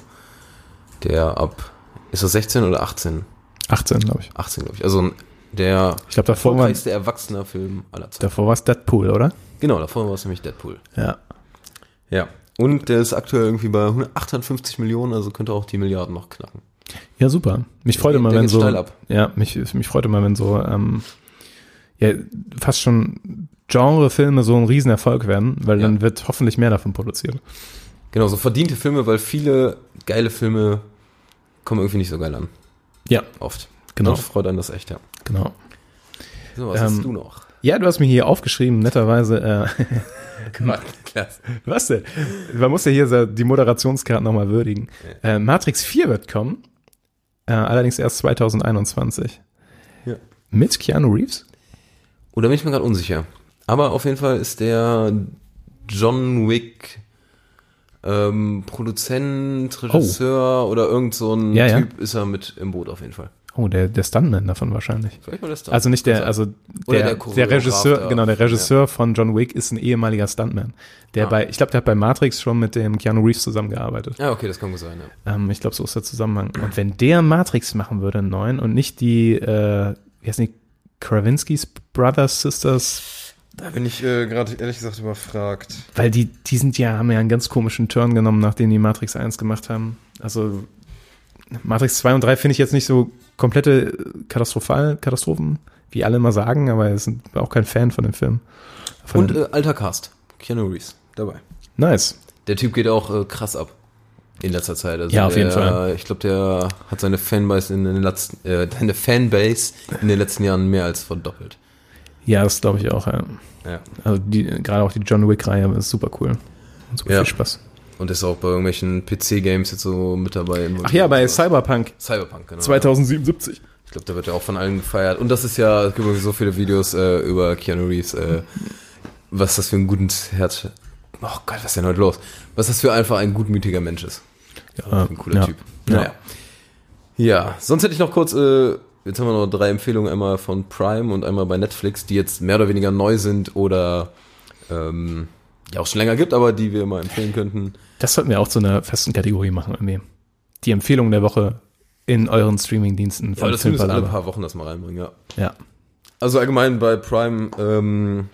[SPEAKER 6] der ab. Ist das 16 oder 18?
[SPEAKER 1] 18, glaube ich.
[SPEAKER 6] 18, glaube ich. Also ein- der
[SPEAKER 1] Ich glaube, davor war
[SPEAKER 6] erfolgreichste erwachsener Film aller Zeiten.
[SPEAKER 1] davor war's Deadpool, oder?
[SPEAKER 6] Genau, davor war es nämlich Deadpool.
[SPEAKER 1] Ja.
[SPEAKER 6] Ja. Und der ist aktuell irgendwie bei 850 Millionen, also könnte auch die Milliarden noch knacken.
[SPEAKER 1] Ja, super. Mich freut
[SPEAKER 6] geht-
[SPEAKER 1] immer,
[SPEAKER 6] der
[SPEAKER 1] wenn
[SPEAKER 6] geht
[SPEAKER 1] so.
[SPEAKER 6] steil ab.
[SPEAKER 1] Ja, mich, mich freut immer, wenn so, ähm, ja, fast schon Genre-Filme so ein Riesenerfolg werden, weil
[SPEAKER 6] Ja.
[SPEAKER 1] dann wird hoffentlich mehr davon produziert.
[SPEAKER 6] Genau, so verdiente Filme, weil viele geile Filme kommen irgendwie nicht so geil an.
[SPEAKER 1] Ja,
[SPEAKER 6] Oft.
[SPEAKER 1] genau,
[SPEAKER 6] Und freut einen das echt, ja.
[SPEAKER 1] genau.
[SPEAKER 6] So, was
[SPEAKER 1] Ähm,
[SPEAKER 6] hast du noch?
[SPEAKER 1] Ja, du hast mir hier aufgeschrieben, netterweise, äh,
[SPEAKER 6] Klasse.
[SPEAKER 1] was denn? Man muss ja hier so die Moderationskarten nochmal würdigen. Äh, Matrix 4 wird kommen, äh, allerdings erst 2021.
[SPEAKER 6] Ja.
[SPEAKER 1] Mit Keanu Reeves?
[SPEAKER 6] Oder bin ich mir gerade unsicher. Aber auf jeden Fall ist der John Wick ähm, Produzent, Regisseur oder irgend so ein
[SPEAKER 1] Oh. Ja, ja.
[SPEAKER 6] Typ ist er mit im Boot auf jeden Fall.
[SPEAKER 1] Oh, der, der Stuntman davon wahrscheinlich.
[SPEAKER 6] Vielleicht war das da.
[SPEAKER 1] Also nicht der, also
[SPEAKER 6] Oder der
[SPEAKER 1] der, der,
[SPEAKER 6] Choreograf
[SPEAKER 1] Regisseur,
[SPEAKER 6] da.
[SPEAKER 1] genau, der Regisseur von John Wick ist ein ehemaliger Stuntman. Der
[SPEAKER 6] Ah.
[SPEAKER 1] bei, ich glaube, der hat bei Matrix schon mit dem Keanu Reeves zusammengearbeitet.
[SPEAKER 6] Ja, okay, das kann gut sein. Ja.
[SPEAKER 1] Ähm, ich glaube, so ist der Zusammenhang. Und wenn der Matrix machen würde, einen neuen, und nicht die, äh, wie heißen die, Kravinsky's Brothers, Sisters,
[SPEAKER 6] Da bin ich äh, gerade ehrlich gesagt überfragt.
[SPEAKER 1] weil die, die sind ja, haben ja einen ganz komischen Turn genommen, nachdem die Matrix 1 gemacht haben. Also, Matrix 2 und 3 finde ich jetzt nicht so komplette katastrophal, Katastrophen, wie alle immer sagen, aber ich bin auch kein Fan von dem Film. Von
[SPEAKER 6] Und
[SPEAKER 1] dem-
[SPEAKER 6] äh, alter Cast. Keanu Reeves dabei.
[SPEAKER 1] Nice.
[SPEAKER 6] Der Typ geht auch äh, krass ab. In letzter Zeit. Also
[SPEAKER 1] Ja, auf jeden
[SPEAKER 6] der,
[SPEAKER 1] Fall.
[SPEAKER 6] Ich glaube, der hat seine Fanbase in den letzten, äh, seine Fanbase in den letzten Jahren mehr als verdoppelt.
[SPEAKER 1] Ja, das glaube ich auch. Ja.
[SPEAKER 6] Ja.
[SPEAKER 1] Also die, gerade auch die John Wick-Reihe ist super cool. Und super
[SPEAKER 6] Ja.
[SPEAKER 1] viel Spaß.
[SPEAKER 6] Und ist auch bei irgendwelchen PC-Games jetzt so mit dabei.
[SPEAKER 1] Ach ja, bei
[SPEAKER 6] Und sowas.
[SPEAKER 1] Cyberpunk
[SPEAKER 6] Cyberpunk, genau.
[SPEAKER 1] 2077.
[SPEAKER 6] Ich glaube, da wird er auch von allen gefeiert. Und das ist ja, es gibt übrigens so viele Videos äh, über Keanu Reeves, äh, was das für ein gutes Herz. Oh Gott, was ist denn heute los? Was das für einfach ein gutmütiger Mensch ist.
[SPEAKER 1] Ja,
[SPEAKER 6] Ein cooler
[SPEAKER 1] ja.
[SPEAKER 6] Typ.
[SPEAKER 1] Ja.
[SPEAKER 6] Naja. Ja, sonst hätte ich noch kurz, äh, jetzt haben wir noch drei Empfehlungen, einmal von Prime und einmal bei Netflix, die jetzt mehr oder weniger neu sind oder ähm, ja auch schon länger gibt, aber die wir mal empfehlen könnten.
[SPEAKER 1] Das sollten wir auch zu einer festen Kategorie machen. Irgendwie. Die Empfehlung der Woche in euren Streamingdiensten
[SPEAKER 6] Ja,
[SPEAKER 1] von
[SPEAKER 6] das müssen wir alle
[SPEAKER 1] Filmpalabra.
[SPEAKER 6] paar Wochen das mal reinbringen, ja.
[SPEAKER 1] Ja.
[SPEAKER 6] Also allgemein bei Prime ähm,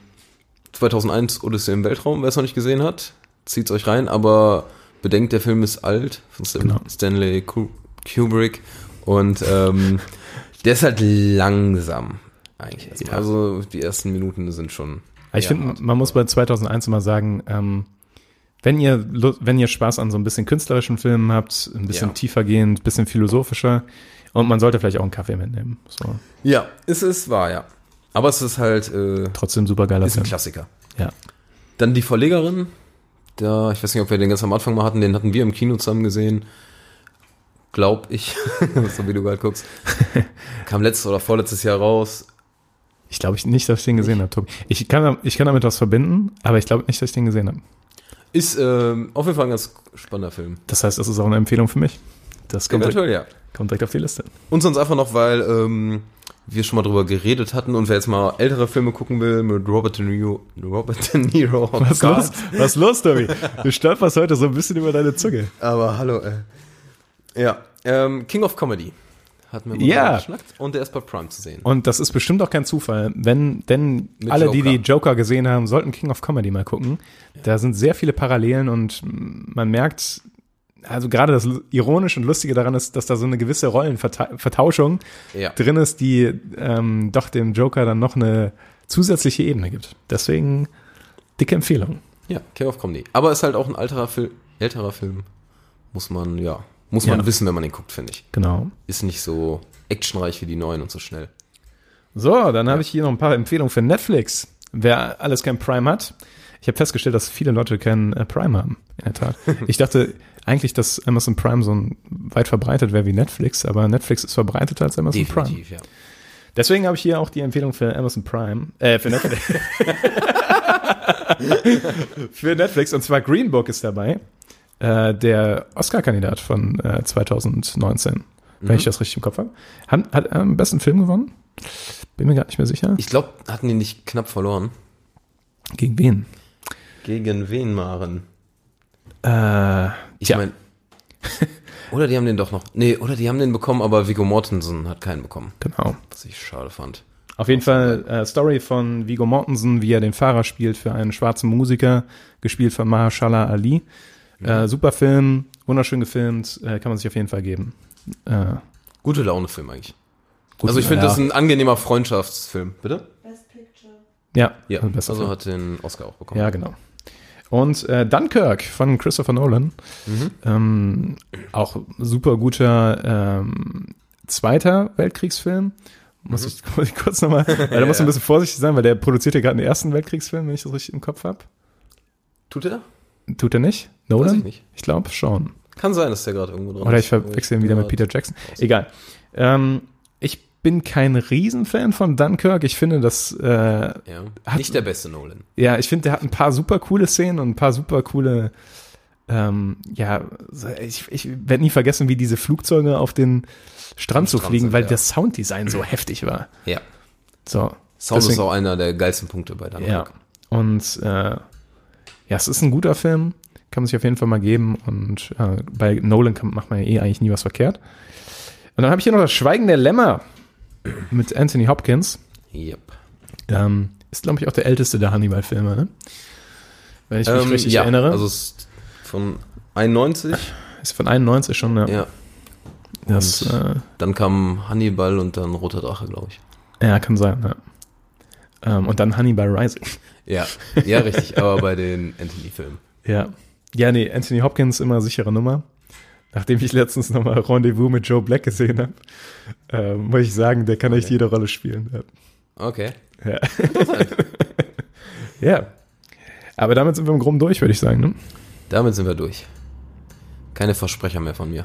[SPEAKER 6] 2001 Odyssey im Weltraum, wer es noch nicht gesehen hat, zieht's euch rein, aber bedenkt, der Film ist alt von Stan
[SPEAKER 1] Genau.
[SPEAKER 6] Stanley Ku- Kubrick und ähm, der ist halt langsam eigentlich. erstmal. Also die ersten Minuten sind schon.
[SPEAKER 1] Aber Ich
[SPEAKER 6] eher hart.
[SPEAKER 1] finde, man muss bei 2001 immer sagen, ähm, wenn ihr, Lu- wenn ihr Spaß an so ein bisschen künstlerischen Filmen habt, ein bisschen
[SPEAKER 6] Ja.
[SPEAKER 1] tiefergehend, ein bisschen philosophischer und man sollte vielleicht auch einen Kaffee mitnehmen. So,
[SPEAKER 6] Ja, es ist wahr, ja. Aber es ist halt äh,
[SPEAKER 1] trotzdem super geiler
[SPEAKER 6] ist ein
[SPEAKER 1] Film.
[SPEAKER 6] Klassiker.
[SPEAKER 1] Ja.
[SPEAKER 6] Dann die Verlegerin. Da, ich weiß nicht, ob wir den ganz am Anfang mal hatten, den hatten wir im Kino zusammen gesehen. Glaub ich, so wie du gerade guckst. Kam letztes oder vorletztes Jahr raus.
[SPEAKER 1] Ich glaube ich nicht, dass ich den gesehen habe, Tobi. Ich kann, ich kann damit was verbinden, aber ich glaube nicht, dass ich den gesehen habe.
[SPEAKER 6] Ist ähm, auf jeden Fall ein ganz spannender Film.
[SPEAKER 1] Das heißt, das ist auch eine Empfehlung für mich. Das kommt, direkt,
[SPEAKER 6] Eventuell, ja.
[SPEAKER 1] kommt direkt auf die Liste.
[SPEAKER 6] Und sonst einfach noch, weil ähm, wir schon mal drüber geredet hatten und wer jetzt mal ältere Filme gucken will mit Robert De Niro. Robert De Niro. Oh
[SPEAKER 1] Was
[SPEAKER 6] Gott.
[SPEAKER 1] los? Was los, Tobi? Du stolperst heute so ein bisschen über deine Zunge.
[SPEAKER 6] Aber hallo, ey. Ja, ähm, King of Comedy. Hat mir mal
[SPEAKER 1] Ja.
[SPEAKER 6] geschnackt und der ist bei Prime zu sehen.
[SPEAKER 1] Und das ist bestimmt auch kein Zufall, wenn, denn
[SPEAKER 6] Mit
[SPEAKER 1] alle, die die
[SPEAKER 6] Joker.
[SPEAKER 1] Joker gesehen haben, sollten King of Comedy mal gucken. Da sind sehr viele Parallelen und man merkt, also gerade das ironisch und lustige daran ist, dass da so eine gewisse Rollenvertauschung
[SPEAKER 6] Ja.
[SPEAKER 1] drin ist, die ähm, doch dem Joker dann noch eine zusätzliche Ebene gibt. Deswegen dicke Empfehlung.
[SPEAKER 6] Ja, King of Comedy. Aber ist halt auch ein alterer Film, älterer Film. Muss man, ja, Muss man
[SPEAKER 1] Ja.
[SPEAKER 6] wissen, wenn man den guckt, finde ich.
[SPEAKER 1] Genau.
[SPEAKER 6] Ist nicht so actionreich wie die neuen und so schnell.
[SPEAKER 1] So, dann habe ich hier noch ein paar Empfehlungen für Netflix. Wer alles kein Prime hat. Ich habe festgestellt, dass viele Leute kein äh, Prime haben, in der Tat. Ich dachte eigentlich, dass Amazon Prime so ein weit verbreitet wäre wie Netflix, aber Netflix ist verbreiteter als Amazon Prime.
[SPEAKER 6] ja.
[SPEAKER 1] Deswegen habe ich hier auch die Empfehlung für Amazon Prime, äh, für Netflix. für Netflix, und zwar Green Book ist dabei, äh, der Oscar-Kandidat von äh, 2019, wenn ich das richtig im Kopf habe. Hat, hat er am besten Film gewonnen? Bin mir gar nicht mehr sicher.
[SPEAKER 6] Ich glaube, hatten die nicht knapp verloren.
[SPEAKER 1] Gegen wen?
[SPEAKER 6] Gegen wen, Maren?
[SPEAKER 1] Äh,
[SPEAKER 6] Ich
[SPEAKER 1] Tja.
[SPEAKER 6] meine. Oder die haben den doch noch. Nee, oder die haben den bekommen, aber Vigo Mortensen hat keinen bekommen.
[SPEAKER 1] genau.
[SPEAKER 6] Was ich schade fand.
[SPEAKER 1] Auf jeden Fall äh, Story von Vigo Mortensen, wie er den Fahrer spielt für einen schwarzen Musiker, gespielt von Mahershala Ali.
[SPEAKER 6] Mhm.
[SPEAKER 1] Äh, super Film, wunderschön gefilmt, äh, kann man sich auf jeden Fall geben. Äh,
[SPEAKER 6] Gute Laune-Film eigentlich. also ich finde, das ist ein angenehmer Freundschaftsfilm. Bitte?
[SPEAKER 5] Best Picture.
[SPEAKER 1] Ja,
[SPEAKER 6] Ja.
[SPEAKER 1] ein bester
[SPEAKER 6] Also
[SPEAKER 1] Film.
[SPEAKER 6] hat den Oscar auch bekommen.
[SPEAKER 1] ja, genau. Und äh, Dunkirk von Christopher Nolan.
[SPEAKER 6] Mhm.
[SPEAKER 1] Ähm, auch super guter ähm, zweiter Weltkriegsfilm. Muss
[SPEAKER 6] Mhm.
[SPEAKER 1] ich- muss ich kurz nochmal, weil da muss man ein bisschen vorsichtig sein, weil der produziert ja gerade einen ersten Weltkriegsfilm, wenn ich das richtig im Kopf habe.
[SPEAKER 6] Tut er?
[SPEAKER 1] Tut er nicht? Nolan?
[SPEAKER 6] ich nicht.
[SPEAKER 1] Ich glaube schon.
[SPEAKER 6] Kann sein, dass der gerade irgendwo dran
[SPEAKER 1] Oder
[SPEAKER 6] ist.
[SPEAKER 1] ich verwechsel ihn
[SPEAKER 6] Ja.
[SPEAKER 1] wieder mit Peter Jackson. Egal. Ähm, ich bin kein Riesenfan von Dunkirk. Ich finde, dass äh,
[SPEAKER 6] Ja.
[SPEAKER 1] Hat-
[SPEAKER 6] Nicht der beste Nolan.
[SPEAKER 1] ja, ich finde, der hat ein paar super coole Szenen und ein paar super coole, ähm, ja, ich, ich werde nie vergessen, wie diese Flugzeuge auf den Strand zu
[SPEAKER 6] Strand
[SPEAKER 1] fliegen,
[SPEAKER 6] sind,
[SPEAKER 1] weil
[SPEAKER 6] ja.
[SPEAKER 1] das Sounddesign so heftig war.
[SPEAKER 6] Ja.
[SPEAKER 1] So.
[SPEAKER 6] Sound ist
[SPEAKER 1] deswegen-
[SPEAKER 6] auch einer der geilsten Punkte bei Dunkirk.
[SPEAKER 1] Ja. Und äh, ja, es ist ein guter Film, kann man sich auf jeden Fall mal geben. Und äh, bei Nolan kann, macht man ja eh eigentlich nie was verkehrt. Und dann habe ich hier noch das Schweigen der Lämmer mit Anthony Hopkins.
[SPEAKER 6] Yep.
[SPEAKER 1] Ähm, ist, glaube ich, auch der älteste der Hannibal-Filme, ne? Wenn ich mich
[SPEAKER 6] Ähm,
[SPEAKER 1] richtig
[SPEAKER 6] ja,
[SPEAKER 1] erinnere.
[SPEAKER 6] Also ist von 91.
[SPEAKER 1] Ist von 91 schon, ja.
[SPEAKER 6] ja.
[SPEAKER 1] das, äh,
[SPEAKER 6] Dann kam Hannibal und dann Roter Drache, glaube ich.
[SPEAKER 1] äh, ja kann sein, ja. Ähm, und dann Hannibal Rising.
[SPEAKER 6] Ja, ja, richtig, aber bei den Anthony-Filmen.
[SPEAKER 1] Ja. Ja, nee, Anthony Hopkins immer sichere Nummer. Nachdem ich letztens nochmal Rendezvous mit Joe Black gesehen habe, äh, muss ich sagen, der kann echt jede Rolle spielen.
[SPEAKER 6] Okay.
[SPEAKER 1] Ja. ja. Aber damit sind wir im Groben durch, würde ich sagen, ne?
[SPEAKER 6] Damit sind wir durch. Keine Versprecher mehr von mir.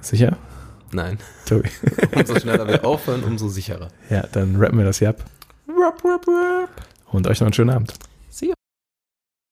[SPEAKER 1] Sicher?
[SPEAKER 6] Nein.
[SPEAKER 1] Tobi.
[SPEAKER 6] Umso schneller wir aufhören, umso sicherer.
[SPEAKER 1] ja, dann rappen wir das hier ab. Und euch noch einen schönen Abend.